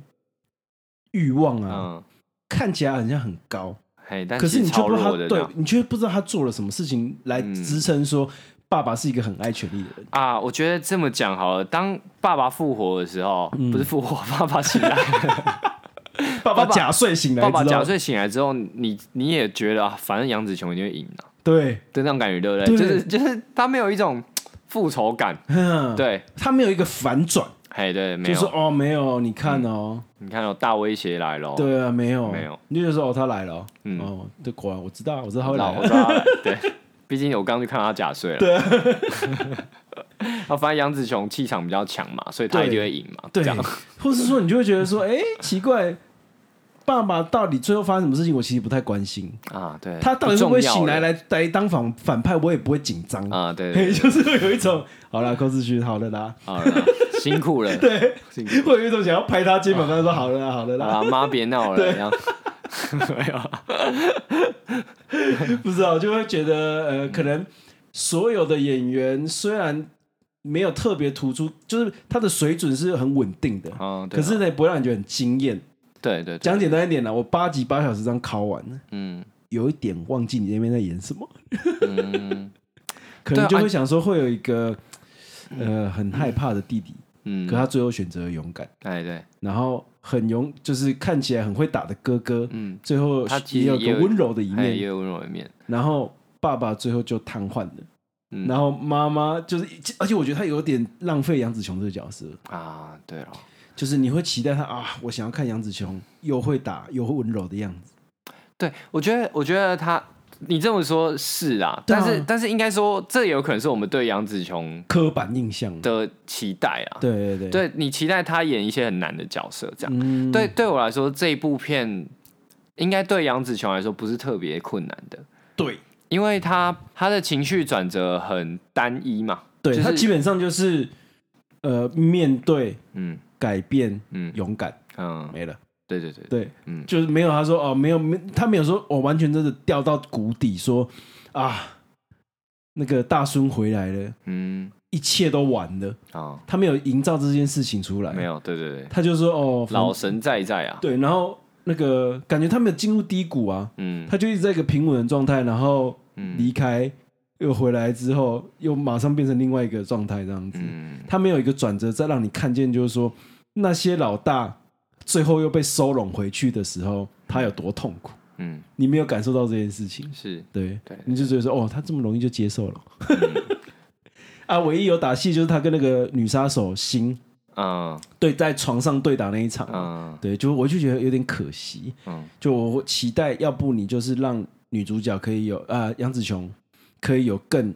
Speaker 2: 欲望啊，
Speaker 1: 嗯，
Speaker 2: 看起来好像很高，
Speaker 1: 嘿，但
Speaker 2: 可是
Speaker 1: 其
Speaker 2: 你
Speaker 1: 实
Speaker 2: 却
Speaker 1: 超
Speaker 2: 不知道
Speaker 1: 弱
Speaker 2: 他
Speaker 1: 的
Speaker 2: 对
Speaker 1: 这样
Speaker 2: 你却不知道他做了什么事情来
Speaker 1: 嗯
Speaker 2: 支撑说爸爸是一个很爱权力的人。
Speaker 1: 啊，我觉得这么讲好了。当爸爸复活的时候，
Speaker 2: 嗯
Speaker 1: 不是复活，爸爸醒 来了，
Speaker 2: 爸爸
Speaker 1: 爸爸
Speaker 2: 假睡醒来，
Speaker 1: 爸爸
Speaker 2: 知道
Speaker 1: 假睡醒来之后，你你也觉得啊，反正杨子琼一定会赢的、
Speaker 2: 对，
Speaker 1: 的那种感觉，对不
Speaker 2: 对
Speaker 1: 对？就是就是他没有一种复仇感，
Speaker 2: 嗯，
Speaker 1: 对，
Speaker 2: 他没有一个反转，
Speaker 1: 嘿，对，没
Speaker 2: 就
Speaker 1: 有。
Speaker 2: 说哦没有，你看哦，
Speaker 1: 你看有大威胁来了，，哦
Speaker 2: 对啊没有
Speaker 1: 没有，
Speaker 2: 你就说哦他来了哦，
Speaker 1: 嗯
Speaker 2: 哦对，果然我知道我知道他会来
Speaker 1: 老
Speaker 2: 啊，
Speaker 1: 我知道他来，对， 毕竟我刚去看他假睡了。 对。啊，反正杨子琼气场比较强嘛，所以他
Speaker 2: 对
Speaker 1: 一定会赢嘛。
Speaker 2: 对
Speaker 1: 这样，
Speaker 2: 或是说你就会觉得说，哎，奇怪，爸爸到底最后发生什么事情，我其实不太关心。
Speaker 1: 啊，对。
Speaker 2: 他到底会不会醒来
Speaker 1: 了？
Speaker 2: 来来当反反派，我也不会紧张。
Speaker 1: 啊，对对
Speaker 2: 嘿，
Speaker 1: 对，
Speaker 2: 就是会有一种好啦，寇世勋，好了啦，
Speaker 1: 好了，辛苦了，
Speaker 2: 对，
Speaker 1: 辛苦
Speaker 2: 会有一种想要拍他肩膀，跟他说好了啦，好了啦，
Speaker 1: 啊，妈别闹了，这样。没有，
Speaker 2: 不知道就会觉得呃，可能所有的演员虽然没有特别突出，就是他的水准是很稳定的，
Speaker 1: 嗯，对
Speaker 2: 可
Speaker 1: 啊
Speaker 2: 是呢，不会让你觉得很惊艳。
Speaker 1: 对啊对对，
Speaker 2: 讲简单一点啦，我八集八小时这样考完了，
Speaker 1: 嗯
Speaker 2: 有一点忘记你那边在演什么。
Speaker 1: 嗯
Speaker 2: 可
Speaker 1: 对
Speaker 2: 能
Speaker 1: 啊
Speaker 2: 就
Speaker 1: 啊
Speaker 2: 会想说会有一个呃很害怕的弟弟，
Speaker 1: 嗯，
Speaker 2: 可他最后选择了勇敢，
Speaker 1: 哎对，
Speaker 2: 然后很勇就是看起来很会打的哥哥，
Speaker 1: 嗯，
Speaker 2: 最后
Speaker 1: 他其
Speaker 2: 也
Speaker 1: 实
Speaker 2: 有
Speaker 1: 也
Speaker 2: 个
Speaker 1: 有
Speaker 2: 温柔的一
Speaker 1: 哎也
Speaker 2: 面，
Speaker 1: 有温柔一面，
Speaker 2: 然后爸爸最后就瘫痪了，
Speaker 1: 嗯
Speaker 2: 然后妈妈就是，而且我觉得他有点浪费杨紫琼这个角色，
Speaker 1: 啊，对了，
Speaker 2: 就是你会期待他啊，我想要看杨紫琼又会打又会温柔的样子，
Speaker 1: 对我觉得我觉得他。你这么说，是啊，
Speaker 2: 对啊
Speaker 1: 但是但是应该说，这也有可能是我们对杨紫琼
Speaker 2: 刻板印象，对
Speaker 1: 的期待啊。
Speaker 2: 对对，
Speaker 1: 对你期待她演一些很难的角色，这样。
Speaker 2: 嗯
Speaker 1: 对，对我来说，这一部片应该对杨紫琼来说不是特别困难的，
Speaker 2: 对
Speaker 1: 因为她
Speaker 2: 嗯
Speaker 1: 她的情绪转折很单一嘛。
Speaker 2: 对，
Speaker 1: 就是
Speaker 2: 他基本上就是呃面对
Speaker 1: 嗯
Speaker 2: 改变
Speaker 1: 嗯
Speaker 2: 勇敢
Speaker 1: 嗯，
Speaker 2: 没了。
Speaker 1: 对对对，
Speaker 2: 对，
Speaker 1: 嗯
Speaker 2: 就是没有他说哦，没有没，他没有说我、哦、完全真的掉到谷底，说啊，那个大孙回来了，
Speaker 1: 嗯
Speaker 2: 一切都完了，
Speaker 1: 啊、
Speaker 2: 他没有营造这件事情出来，
Speaker 1: 没，有，对对对，
Speaker 2: 他就说哦，
Speaker 1: 老
Speaker 2: 反
Speaker 1: 神在在啊。
Speaker 2: 对，然后那个感觉他没有进入低谷啊，
Speaker 1: 嗯
Speaker 2: 他就一直在一个平稳的状态，然后
Speaker 1: 嗯
Speaker 2: 离开，又回来之后，又马上变成另外一个状态这样子，
Speaker 1: 嗯，
Speaker 2: 他没有一个转折，再让你看见，就是说那些老大最后又被收拢回去的时候，他有多痛苦。
Speaker 1: 嗯
Speaker 2: 你没有感受到这件事情，
Speaker 1: 是，
Speaker 2: 对，
Speaker 1: 对
Speaker 2: 你就觉得说，哦，他这么容易就接受了。 啊，唯一有打戏就是他跟那个女杀手星
Speaker 1: 嗯
Speaker 2: 对在床上对打那一场，
Speaker 1: 嗯
Speaker 2: 对，就我就觉得有点可惜，
Speaker 1: 嗯
Speaker 2: 就我会期待，要不你就是让女主角可以有啊、杨紫琼可以有更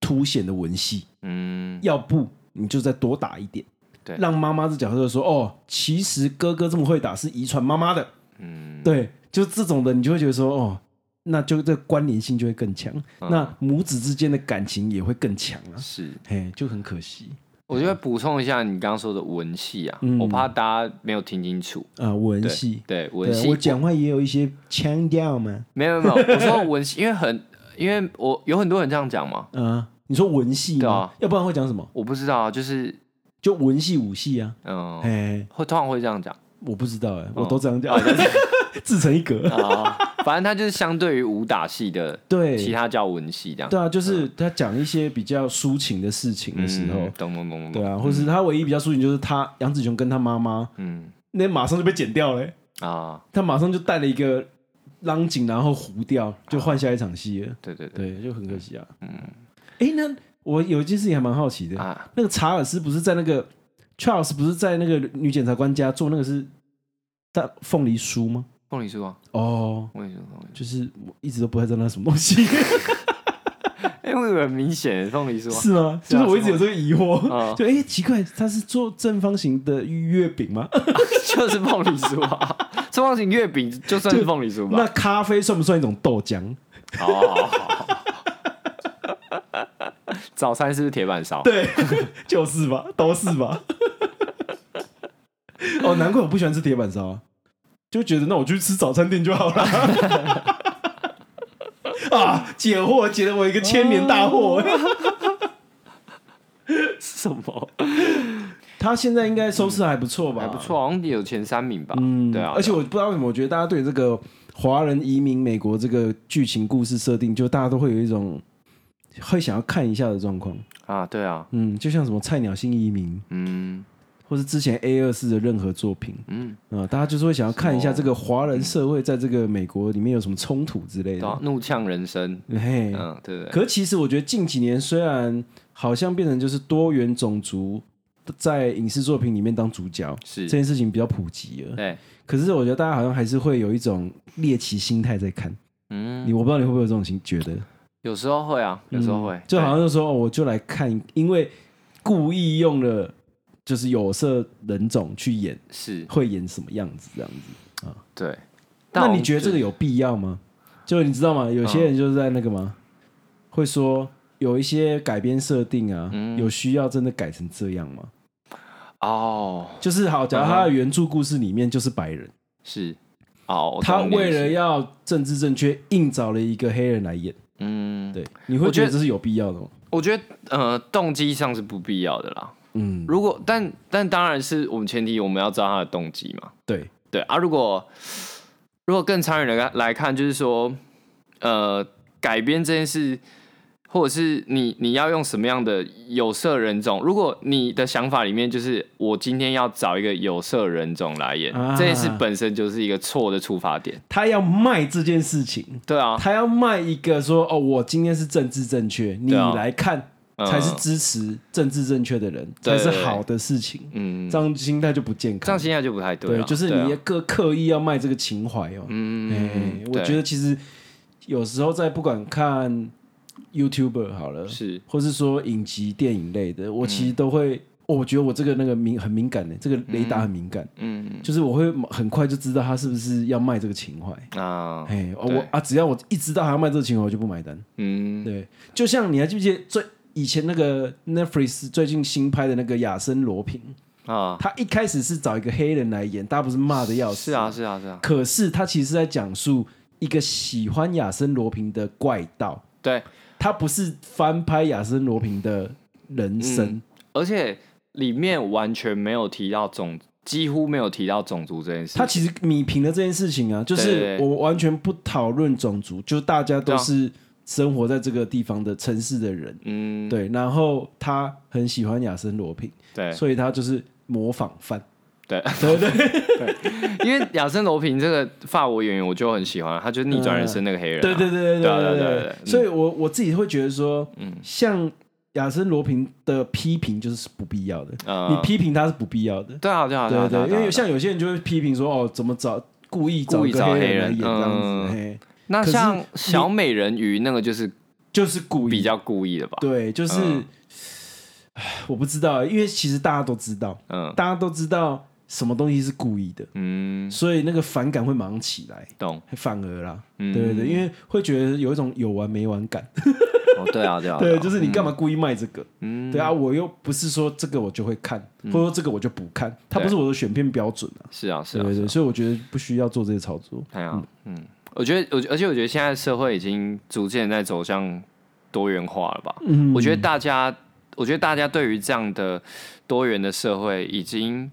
Speaker 2: 凸显的文戏，
Speaker 1: 嗯，
Speaker 2: 要不你就再多打一点，
Speaker 1: 对
Speaker 2: 让妈妈这角色说，哦，其实哥哥这么会打是遗传妈妈的，
Speaker 1: 嗯，
Speaker 2: 对，就这种的，你就会觉得说，哦，那就这关联性就会更强，
Speaker 1: 嗯
Speaker 2: 那母子之间的感情也会更强啊，
Speaker 1: 是。
Speaker 2: 嘿，就很可惜
Speaker 1: 我觉得补充一下你刚刚说的文戏啊，
Speaker 2: 嗯
Speaker 1: 我怕大家没有听清楚。
Speaker 2: 啊、文戏，
Speaker 1: 对文
Speaker 2: 对
Speaker 1: 戏
Speaker 2: 我，讲话也有一些腔调嘛，
Speaker 1: 没有没有，没有我说文戏，因为很，因为我有很多人这样讲嘛，
Speaker 2: 啊、你说文戏
Speaker 1: 对
Speaker 2: 吗？
Speaker 1: 啊
Speaker 2: 要不然会讲什么？
Speaker 1: 我不知道啊，就是
Speaker 2: 就文戏武戏啊，
Speaker 1: 嗯，
Speaker 2: 嘿，
Speaker 1: 会通常会这样讲
Speaker 2: 我不知道哎、我都这样讲，
Speaker 1: 啊但是
Speaker 2: 自成一格，
Speaker 1: 啊， 反正它就是相对于武打戏的，
Speaker 2: 哦 对，
Speaker 1: 其他叫文戏这样。
Speaker 2: 对啊，就是他讲一些比较抒情的事情的时候，
Speaker 1: 嗯懂懂懂懂，
Speaker 2: 对啊，
Speaker 1: 懂
Speaker 2: 或是他唯一比较抒情就是他杨紫琼跟他妈妈，
Speaker 1: 嗯
Speaker 2: 那马上就被剪掉了欸、
Speaker 1: 啊，
Speaker 2: 他马上就带了一个浪景，然后糊掉，就换下一场戏了。
Speaker 1: 对对对
Speaker 2: 对，就很可惜啊。
Speaker 1: 嗯
Speaker 2: 哎、那我有一件事情还蛮好奇的，
Speaker 1: 啊，
Speaker 2: 那个查尔斯不是在那个 Charles 不是在那个女检察官家做那个是但凤梨酥吗？
Speaker 1: 凤梨酥啊，
Speaker 2: 哦，
Speaker 1: 凤梨酥，凤梨酥，
Speaker 2: 就是我一直都不太知道那是什么东 西，
Speaker 1: 哎、为什么很明显凤梨酥啊？
Speaker 2: 是吗？
Speaker 1: 是
Speaker 2: 就
Speaker 1: 啊
Speaker 2: 是我一直有这个疑惑，
Speaker 1: 嗯
Speaker 2: 就哎、诶奇怪，它是做正方形的月饼吗？
Speaker 1: 就是凤梨酥 啊，正方形月饼就算是凤梨酥吧
Speaker 2: 那。咖啡算不算一种豆浆？
Speaker 1: 好好好好好，早餐是不是铁板烧？
Speaker 2: 对，就是吧，都是吧。 哦，难怪我不喜欢吃铁板烧、啊，就觉得那我去吃早餐店就好了。 啊，解惑，解了我一个千年大惑。
Speaker 1: 什么？
Speaker 2: 他现在应该收视还不错吧？
Speaker 1: 还不，错，好像也有前三名吧。
Speaker 2: 嗯，
Speaker 1: 对啊。
Speaker 2: 而且我不知道为什么，我觉得大家对这个华人移民美国这个剧情故事设定，就大家都会有一种会想要看一下的状况。
Speaker 1: 啊，对啊，
Speaker 2: 嗯，就像什么菜鸟新移民，
Speaker 1: 嗯
Speaker 2: 或是之前 A 二四的任何作品。
Speaker 1: 嗯，
Speaker 2: 啊、大家就是会想要看一下
Speaker 1: 什
Speaker 2: 这个华人社会在这个美国里面有什么冲突之类
Speaker 1: 对
Speaker 2: 的。
Speaker 1: 啊，怒呛人生，
Speaker 2: 嘿，
Speaker 1: 嗯，对不对？
Speaker 2: 可其实我觉得近几年虽然好像变成就是多元种族在影视作品里面当主角这
Speaker 1: 是，
Speaker 2: 件事情比较普及了，
Speaker 1: 对，
Speaker 2: 可是我觉得大家好像还是会有一种猎奇心态在看。你
Speaker 1: 嗯，
Speaker 2: 我不知道你会不会有这种心觉得，
Speaker 1: 有时候会啊，有时候会
Speaker 2: 嗯，就好
Speaker 1: 对
Speaker 2: 像就说、哦我就来看，因为故意用了就是有色人种去演，
Speaker 1: 是，
Speaker 2: 会演什么样子这样子。
Speaker 1: 对。但
Speaker 2: 那
Speaker 1: 我
Speaker 2: 你觉得这个
Speaker 1: 就
Speaker 2: 有必要吗？就你知道吗？有
Speaker 1: 嗯
Speaker 2: 些人就是在那个吗，会说有一些改编设定啊，
Speaker 1: 嗯
Speaker 2: 有需要真的改成这样吗？
Speaker 1: 哦，
Speaker 2: 就是好，假如他的原著故事里面就是白人，
Speaker 1: 是，哦，我
Speaker 2: 他
Speaker 1: 懂你的
Speaker 2: 为了
Speaker 1: 意思
Speaker 2: 要政治正确，硬找了一个黑人来演，
Speaker 1: 嗯，
Speaker 2: 对，你会
Speaker 1: 我觉得
Speaker 2: 觉得这是有必要的吗？
Speaker 1: 我觉得呃，动机上是不必要的啦。
Speaker 2: 嗯，
Speaker 1: 如果但但当然是我们前提我们要知道他的动机嘛。
Speaker 2: 对，
Speaker 1: 对啊，如果如果更长远的来看，就是说，呃，改编这件事，或者是你你要用什么样的有色人种？如果你的想法里面就是我今天要找一个有色人种来演，
Speaker 2: 啊
Speaker 1: 这件事本身就是一个错的出发点。
Speaker 2: 他要卖这件事情，
Speaker 1: 对啊，
Speaker 2: 他要卖一个说哦，我今天是政治正确，你
Speaker 1: 对啊
Speaker 2: 来看
Speaker 1: 嗯
Speaker 2: 才是支持政治正确的人，
Speaker 1: 对
Speaker 2: 才是
Speaker 1: 对对
Speaker 2: 好的事情，
Speaker 1: 嗯，
Speaker 2: 这样心态就不健
Speaker 1: 这
Speaker 2: 康
Speaker 1: 样。心态就不太对
Speaker 2: 对，
Speaker 1: 了。
Speaker 2: 就是
Speaker 1: 对啊
Speaker 2: 你也刻刻意要卖这个情怀哦。
Speaker 1: 嗯
Speaker 2: 哎，，我觉得其实有时候在不管看 YouTuber 好了
Speaker 1: 对，是嗯
Speaker 2: 或是说影集、电影类的，我其实都会，哦我觉得我这个那个敏很敏感的，欸这个雷达很敏感，
Speaker 1: 嗯
Speaker 2: 就是我会很快就知道他是不是要卖这个情怀。
Speaker 1: 啊
Speaker 2: 哎，哦
Speaker 1: 对
Speaker 2: 我啊，只要我一知道他要卖这个情怀，我就不买单。
Speaker 1: 嗯
Speaker 2: 对，就像你还记不记得最以前那个 Netflix 最近新拍的那个《亚森罗平》，
Speaker 1: 啊
Speaker 2: 他一开始是找一个黑人来演，大家不是骂的要死
Speaker 1: 是啊是啊是啊
Speaker 2: 可是他其实在讲述一个喜欢亚森罗平的怪盗，
Speaker 1: 对，
Speaker 2: 他不是翻拍亚森罗平的
Speaker 1: 嗯
Speaker 2: 人生。
Speaker 1: 而且里面完全没有提到种，几乎没有提到种族这件事。
Speaker 2: 他其实米平了这件事情啊，就
Speaker 1: 对
Speaker 2: 是
Speaker 1: 对对
Speaker 2: 我完全不讨论种族，就大家
Speaker 1: 对
Speaker 2: 都
Speaker 1: 啊
Speaker 2: 是生活在这个地方的城市的人。
Speaker 1: 嗯，
Speaker 2: 对，然后他很喜欢亚森罗平，
Speaker 1: 对
Speaker 2: 所以他就是模仿犯。
Speaker 1: 对，
Speaker 2: 对对
Speaker 1: 因为亚森罗平这个法国演员，我就很喜欢，他就是逆转人生那个黑人、啊
Speaker 2: 对对对对
Speaker 1: 对啊
Speaker 2: 对
Speaker 1: 对啊对啊对
Speaker 2: 对
Speaker 1: 啊。嗯
Speaker 2: 所以我我自己会觉得说，
Speaker 1: 嗯
Speaker 2: 像亚森罗平的批评就是不必要的。
Speaker 1: 呃
Speaker 2: 你批评他是不必要的，
Speaker 1: 对啊对啊
Speaker 2: 对
Speaker 1: 啊
Speaker 2: 对，
Speaker 1: 啊
Speaker 2: 因
Speaker 1: 啊
Speaker 2: 为像有些人就会批评说，哦，怎么找故意找
Speaker 1: 故意
Speaker 2: 一个
Speaker 1: 找
Speaker 2: 黑
Speaker 1: 黑
Speaker 2: 人来
Speaker 1: 人
Speaker 2: 演这样
Speaker 1: 嗯
Speaker 2: 子，嘿
Speaker 1: 那
Speaker 2: 可是
Speaker 1: 像小美人鱼那个就是
Speaker 2: 就是故意
Speaker 1: 比较故意的吧？
Speaker 2: 对，就是
Speaker 1: 嗯，
Speaker 2: 唉我不知道，因为其实大家都知道，
Speaker 1: 嗯
Speaker 2: 大家都知道什么东西是故意的，
Speaker 1: 嗯，
Speaker 2: 所以那个反感会马上起来，
Speaker 1: 懂。
Speaker 2: 反而啦，
Speaker 1: 嗯
Speaker 2: 对对对，因为会觉得有一种有完没完感，
Speaker 1: 哦，对啊对啊，
Speaker 2: 对，
Speaker 1: 啊
Speaker 2: 就是你干嘛故意卖这个？
Speaker 1: 嗯
Speaker 2: 对啊，我又不是说这个我就会看，或者说这个我就不看，它不是我的选片标准啊。
Speaker 1: 是啊是
Speaker 2: 对
Speaker 1: 啊
Speaker 2: 对
Speaker 1: 是
Speaker 2: 对，
Speaker 1: 啊，
Speaker 2: 所以我觉得不需要做这些操作。
Speaker 1: 哎呀嗯，我觉得我觉得而且我觉得现在社会已经逐渐在走向多元化了吧？
Speaker 2: 嗯
Speaker 1: 我觉得大家，我觉得大家对于这样的多元的社会，已经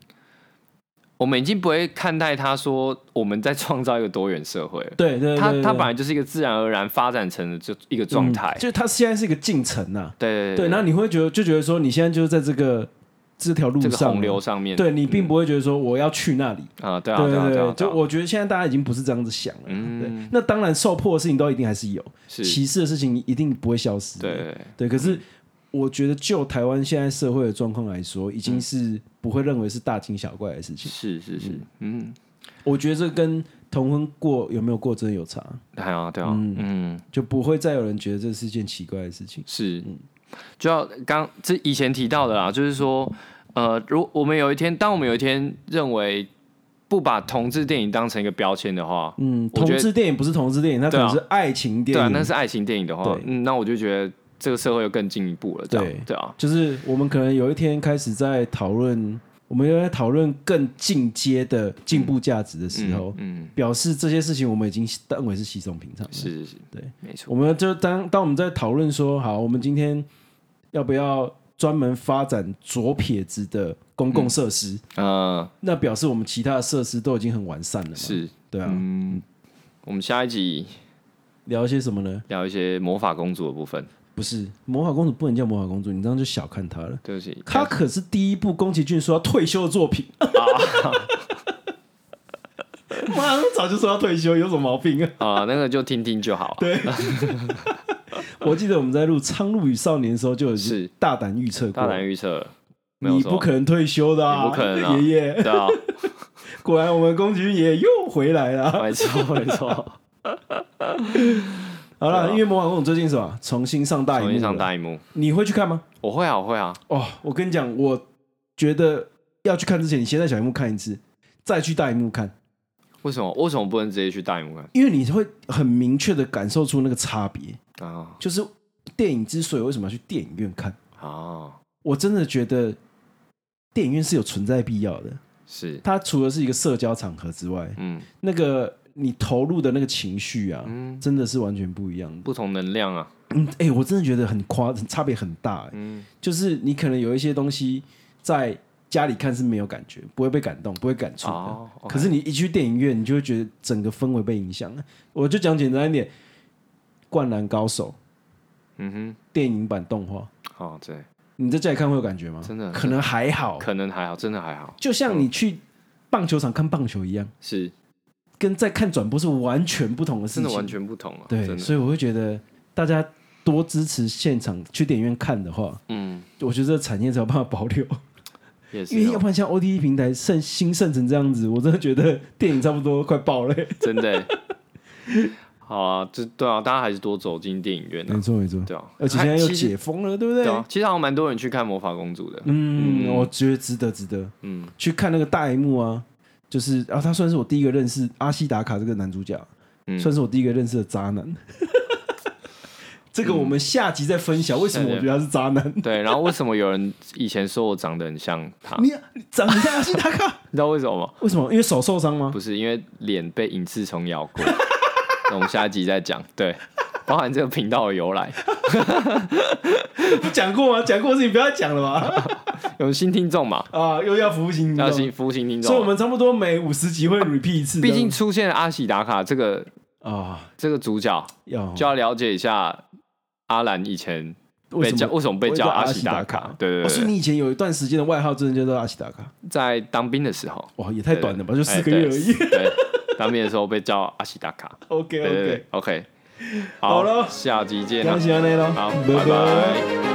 Speaker 1: 我们已经不会看待他说我们在创造一个多元社会了。
Speaker 2: 对对，
Speaker 1: 它
Speaker 2: 对
Speaker 1: 它
Speaker 2: 对
Speaker 1: 本来就是一个自然而然发展成的就一个状态
Speaker 2: 嗯。就是它现在是一个进程呐。
Speaker 1: 对
Speaker 2: 对，
Speaker 1: 对
Speaker 2: 然后你会觉得就觉得说你现在就是在这个这条路
Speaker 1: 这个
Speaker 2: 上
Speaker 1: 洪流
Speaker 2: 啊，
Speaker 1: 上面，嗯
Speaker 2: 对你并不会觉得说我要去那里。
Speaker 1: 啊，对啊，
Speaker 2: 对
Speaker 1: 对啊，
Speaker 2: 对
Speaker 1: 对啊对
Speaker 2: 对，，就
Speaker 1: 啊
Speaker 2: 我觉得现在大家已经不是这样子想了。对
Speaker 1: 嗯，，
Speaker 2: 那当然受迫的事情都一定还是有，
Speaker 1: 是，
Speaker 2: 歧视的事情一定不会消失。
Speaker 1: 对。对
Speaker 2: 对，可是我觉得就台湾现在社会的状况来说，已经是不会认为是大惊小怪的事情。
Speaker 1: 是是是，嗯，
Speaker 2: 我觉得这跟同婚过有没有过真的有差，
Speaker 1: 对啊，对啊，
Speaker 2: 嗯
Speaker 1: 嗯
Speaker 2: 就不会再有人觉得这是件奇怪的事情。
Speaker 1: 是，就要刚这以前提到的
Speaker 2: 嗯
Speaker 1: 啦，就是说，呃，如我们有一天，当我们有一天认为不把同志电影当成一个标签的话，
Speaker 2: 嗯，
Speaker 1: 我觉
Speaker 2: 同
Speaker 1: 得
Speaker 2: 志电影不是同志电影，它可
Speaker 1: 对啊
Speaker 2: 能是爱情电
Speaker 1: 对啊，
Speaker 2: 影，
Speaker 1: 那是爱情电影的话
Speaker 2: 对，
Speaker 1: 嗯，那我就觉得这个社会又更进一步了，这样
Speaker 2: 对
Speaker 1: 对啊，
Speaker 2: 就是我们可能有一天开始在讨论，我们又在讨论更进阶的进步价值的时候，
Speaker 1: 嗯嗯，
Speaker 2: 表示这些事情我们已经当为是稀松平常了。
Speaker 1: 是是是，
Speaker 2: 对，
Speaker 1: 没错，
Speaker 2: 我们就当当我们在讨论说，好，我们今天要不要专门发展左撇子的公共设施？
Speaker 1: 呃，
Speaker 2: 那表示我们其他的设施都已经很完善了嘛？，
Speaker 1: 是，
Speaker 2: 对啊。
Speaker 1: 嗯，我们下一集
Speaker 2: 聊一些什么呢？
Speaker 1: 聊一些魔法公主的部分，
Speaker 2: 不是魔法公主不能叫魔法公主，你这样就小看她了。
Speaker 1: 对不啊起，
Speaker 2: 她可是第一部宫崎骏说要退休的 作品。啊妈，那早就说要退休，有什么毛 病啊？
Speaker 1: 啊、那个就听听就好、啊，对，
Speaker 2: 我记得我们在录《苍鹭与少年》的时候就已经
Speaker 1: 是
Speaker 2: 大胆预测
Speaker 1: 大
Speaker 2: 过，
Speaker 1: 胆预测了，没有
Speaker 2: 你
Speaker 1: 错
Speaker 2: 不可能退休的、啊，
Speaker 1: 你不可能啊
Speaker 2: 爷爷。
Speaker 1: 对 啊。
Speaker 2: 果然，我们宫崎骏爷爷又回来了。
Speaker 1: 没错，没错，
Speaker 2: 好
Speaker 1: 对
Speaker 2: 了，
Speaker 1: 啊
Speaker 2: 因为魔法公主最近什么重新上大荧
Speaker 1: 重
Speaker 2: 幕啊
Speaker 1: 新
Speaker 2: 了，
Speaker 1: 上大荧幕，
Speaker 2: 你会去看吗？
Speaker 1: 我会啊，我会啊，
Speaker 2: 哦，我跟你讲，我觉得要去看之前，你先在小荧幕看一次，再去大荧幕看，
Speaker 1: 为什么？为什么不能直接去大荧幕看
Speaker 2: 因为你会很明确的感受出那个差别，
Speaker 1: 啊？
Speaker 2: 就是电影之所以为什么要去电影院看，
Speaker 1: 啊，
Speaker 2: 我真的觉得电影院是有存在必要的。
Speaker 1: 是，
Speaker 2: 它除了是一个社交场合之外，
Speaker 1: 嗯
Speaker 2: 那个你投入的那个情绪啊，
Speaker 1: 嗯，
Speaker 2: 真的是完全不一样的。
Speaker 1: 不同能量啊，
Speaker 2: 嗯，哎、我真的觉得很夸，差别很大、欸。
Speaker 1: 嗯，
Speaker 2: 就是你可能有一些东西在家里看是没有感觉，不会被感动，不会感触的。
Speaker 1: 哦，OK
Speaker 2: 可是你一去电影院，你就会觉得整个氛围被影响了。我就讲简单一点，《灌篮高手》
Speaker 1: 嗯
Speaker 2: 电影版动画，
Speaker 1: 哼，好，对，
Speaker 2: 你在家里看会有感觉吗？
Speaker 1: 真的
Speaker 2: 可能还好，
Speaker 1: 可能还好，真的还好，
Speaker 2: 就像你去棒球场看棒球一样，
Speaker 1: 是，
Speaker 2: 跟在看转播是完全不同的事
Speaker 1: 真
Speaker 2: 情。
Speaker 1: 的完全不同啊，
Speaker 2: 对，
Speaker 1: 真的，
Speaker 2: 所以我会觉得大家多支持现场去电影院看的话，
Speaker 1: 嗯，
Speaker 2: 我觉得这个产业才有办法保留。
Speaker 1: 也是
Speaker 2: 因为要
Speaker 1: 哦，
Speaker 2: 不然像 OTT 平台盛兴盛成这样子，我真的觉得电影差不多快爆了、
Speaker 1: 真的， 好啊，这对啊，大家还是多走进电影院啊，
Speaker 2: 错没错，
Speaker 1: 对啊，
Speaker 2: 嗯而且现在又
Speaker 1: 还其实
Speaker 2: 解封了，对不对？
Speaker 1: 对啊，其实好像蛮多人去看魔法公主的，
Speaker 2: 嗯，我觉得值得值得
Speaker 1: 嗯，
Speaker 2: 去看那个大荧幕啊，就是啊，他算是我第一个认识阿西达卡这个男主角，
Speaker 1: 嗯
Speaker 2: 算是我第一个认识的渣男。 这个我们下集再分
Speaker 1: 嗯
Speaker 2: 享为什么我觉得他是渣男。
Speaker 1: 对，然后为什么有人以前说我长得很像他？你
Speaker 2: 你你长得像阿西达卡，
Speaker 1: 知道为什么吗？
Speaker 2: 为什么？因为手受伤吗？
Speaker 1: 不是因为脸被隐翅虫咬过。那我们下一集再讲，对，包含这个频道的由来。
Speaker 2: 不讲过吗？讲过的事情不要再讲了 吧？
Speaker 1: 有新听众嘛？
Speaker 2: 啊，又要服务型，
Speaker 1: 要新服务新听众嘛，
Speaker 2: 所以我们差不多每五十集会 repeat 一次这
Speaker 1: 毕
Speaker 2: 样。
Speaker 1: 竟出现了阿喜达卡这个
Speaker 2: 啊，
Speaker 1: 这个主角，
Speaker 2: 要
Speaker 1: 就要了解一下阿兰以前
Speaker 2: 为
Speaker 1: 被
Speaker 2: 什
Speaker 1: 叫
Speaker 2: 么
Speaker 1: 为什么被
Speaker 2: 会
Speaker 1: 叫
Speaker 2: 叫
Speaker 1: 阿
Speaker 2: 阿
Speaker 1: 喜
Speaker 2: 喜
Speaker 1: 达
Speaker 2: 达
Speaker 1: 卡
Speaker 2: 卡？
Speaker 1: 对对
Speaker 2: 哦，所以
Speaker 1: 对
Speaker 2: 你以前有一段时间的外号真的叫做阿西达卡，
Speaker 1: 对，在当兵的时候，
Speaker 2: 哇，也太短了吧，就四
Speaker 1: 哎
Speaker 2: 个月而
Speaker 1: 对
Speaker 2: 已。
Speaker 1: 对，当兵的时候被叫阿喜达卡。
Speaker 2: OK
Speaker 1: 对对
Speaker 2: OK，
Speaker 1: 对，OK，
Speaker 2: 好咯
Speaker 1: 下集见啊，
Speaker 2: 恭喜安内喽，
Speaker 1: 好，
Speaker 2: 拜
Speaker 1: 拜拜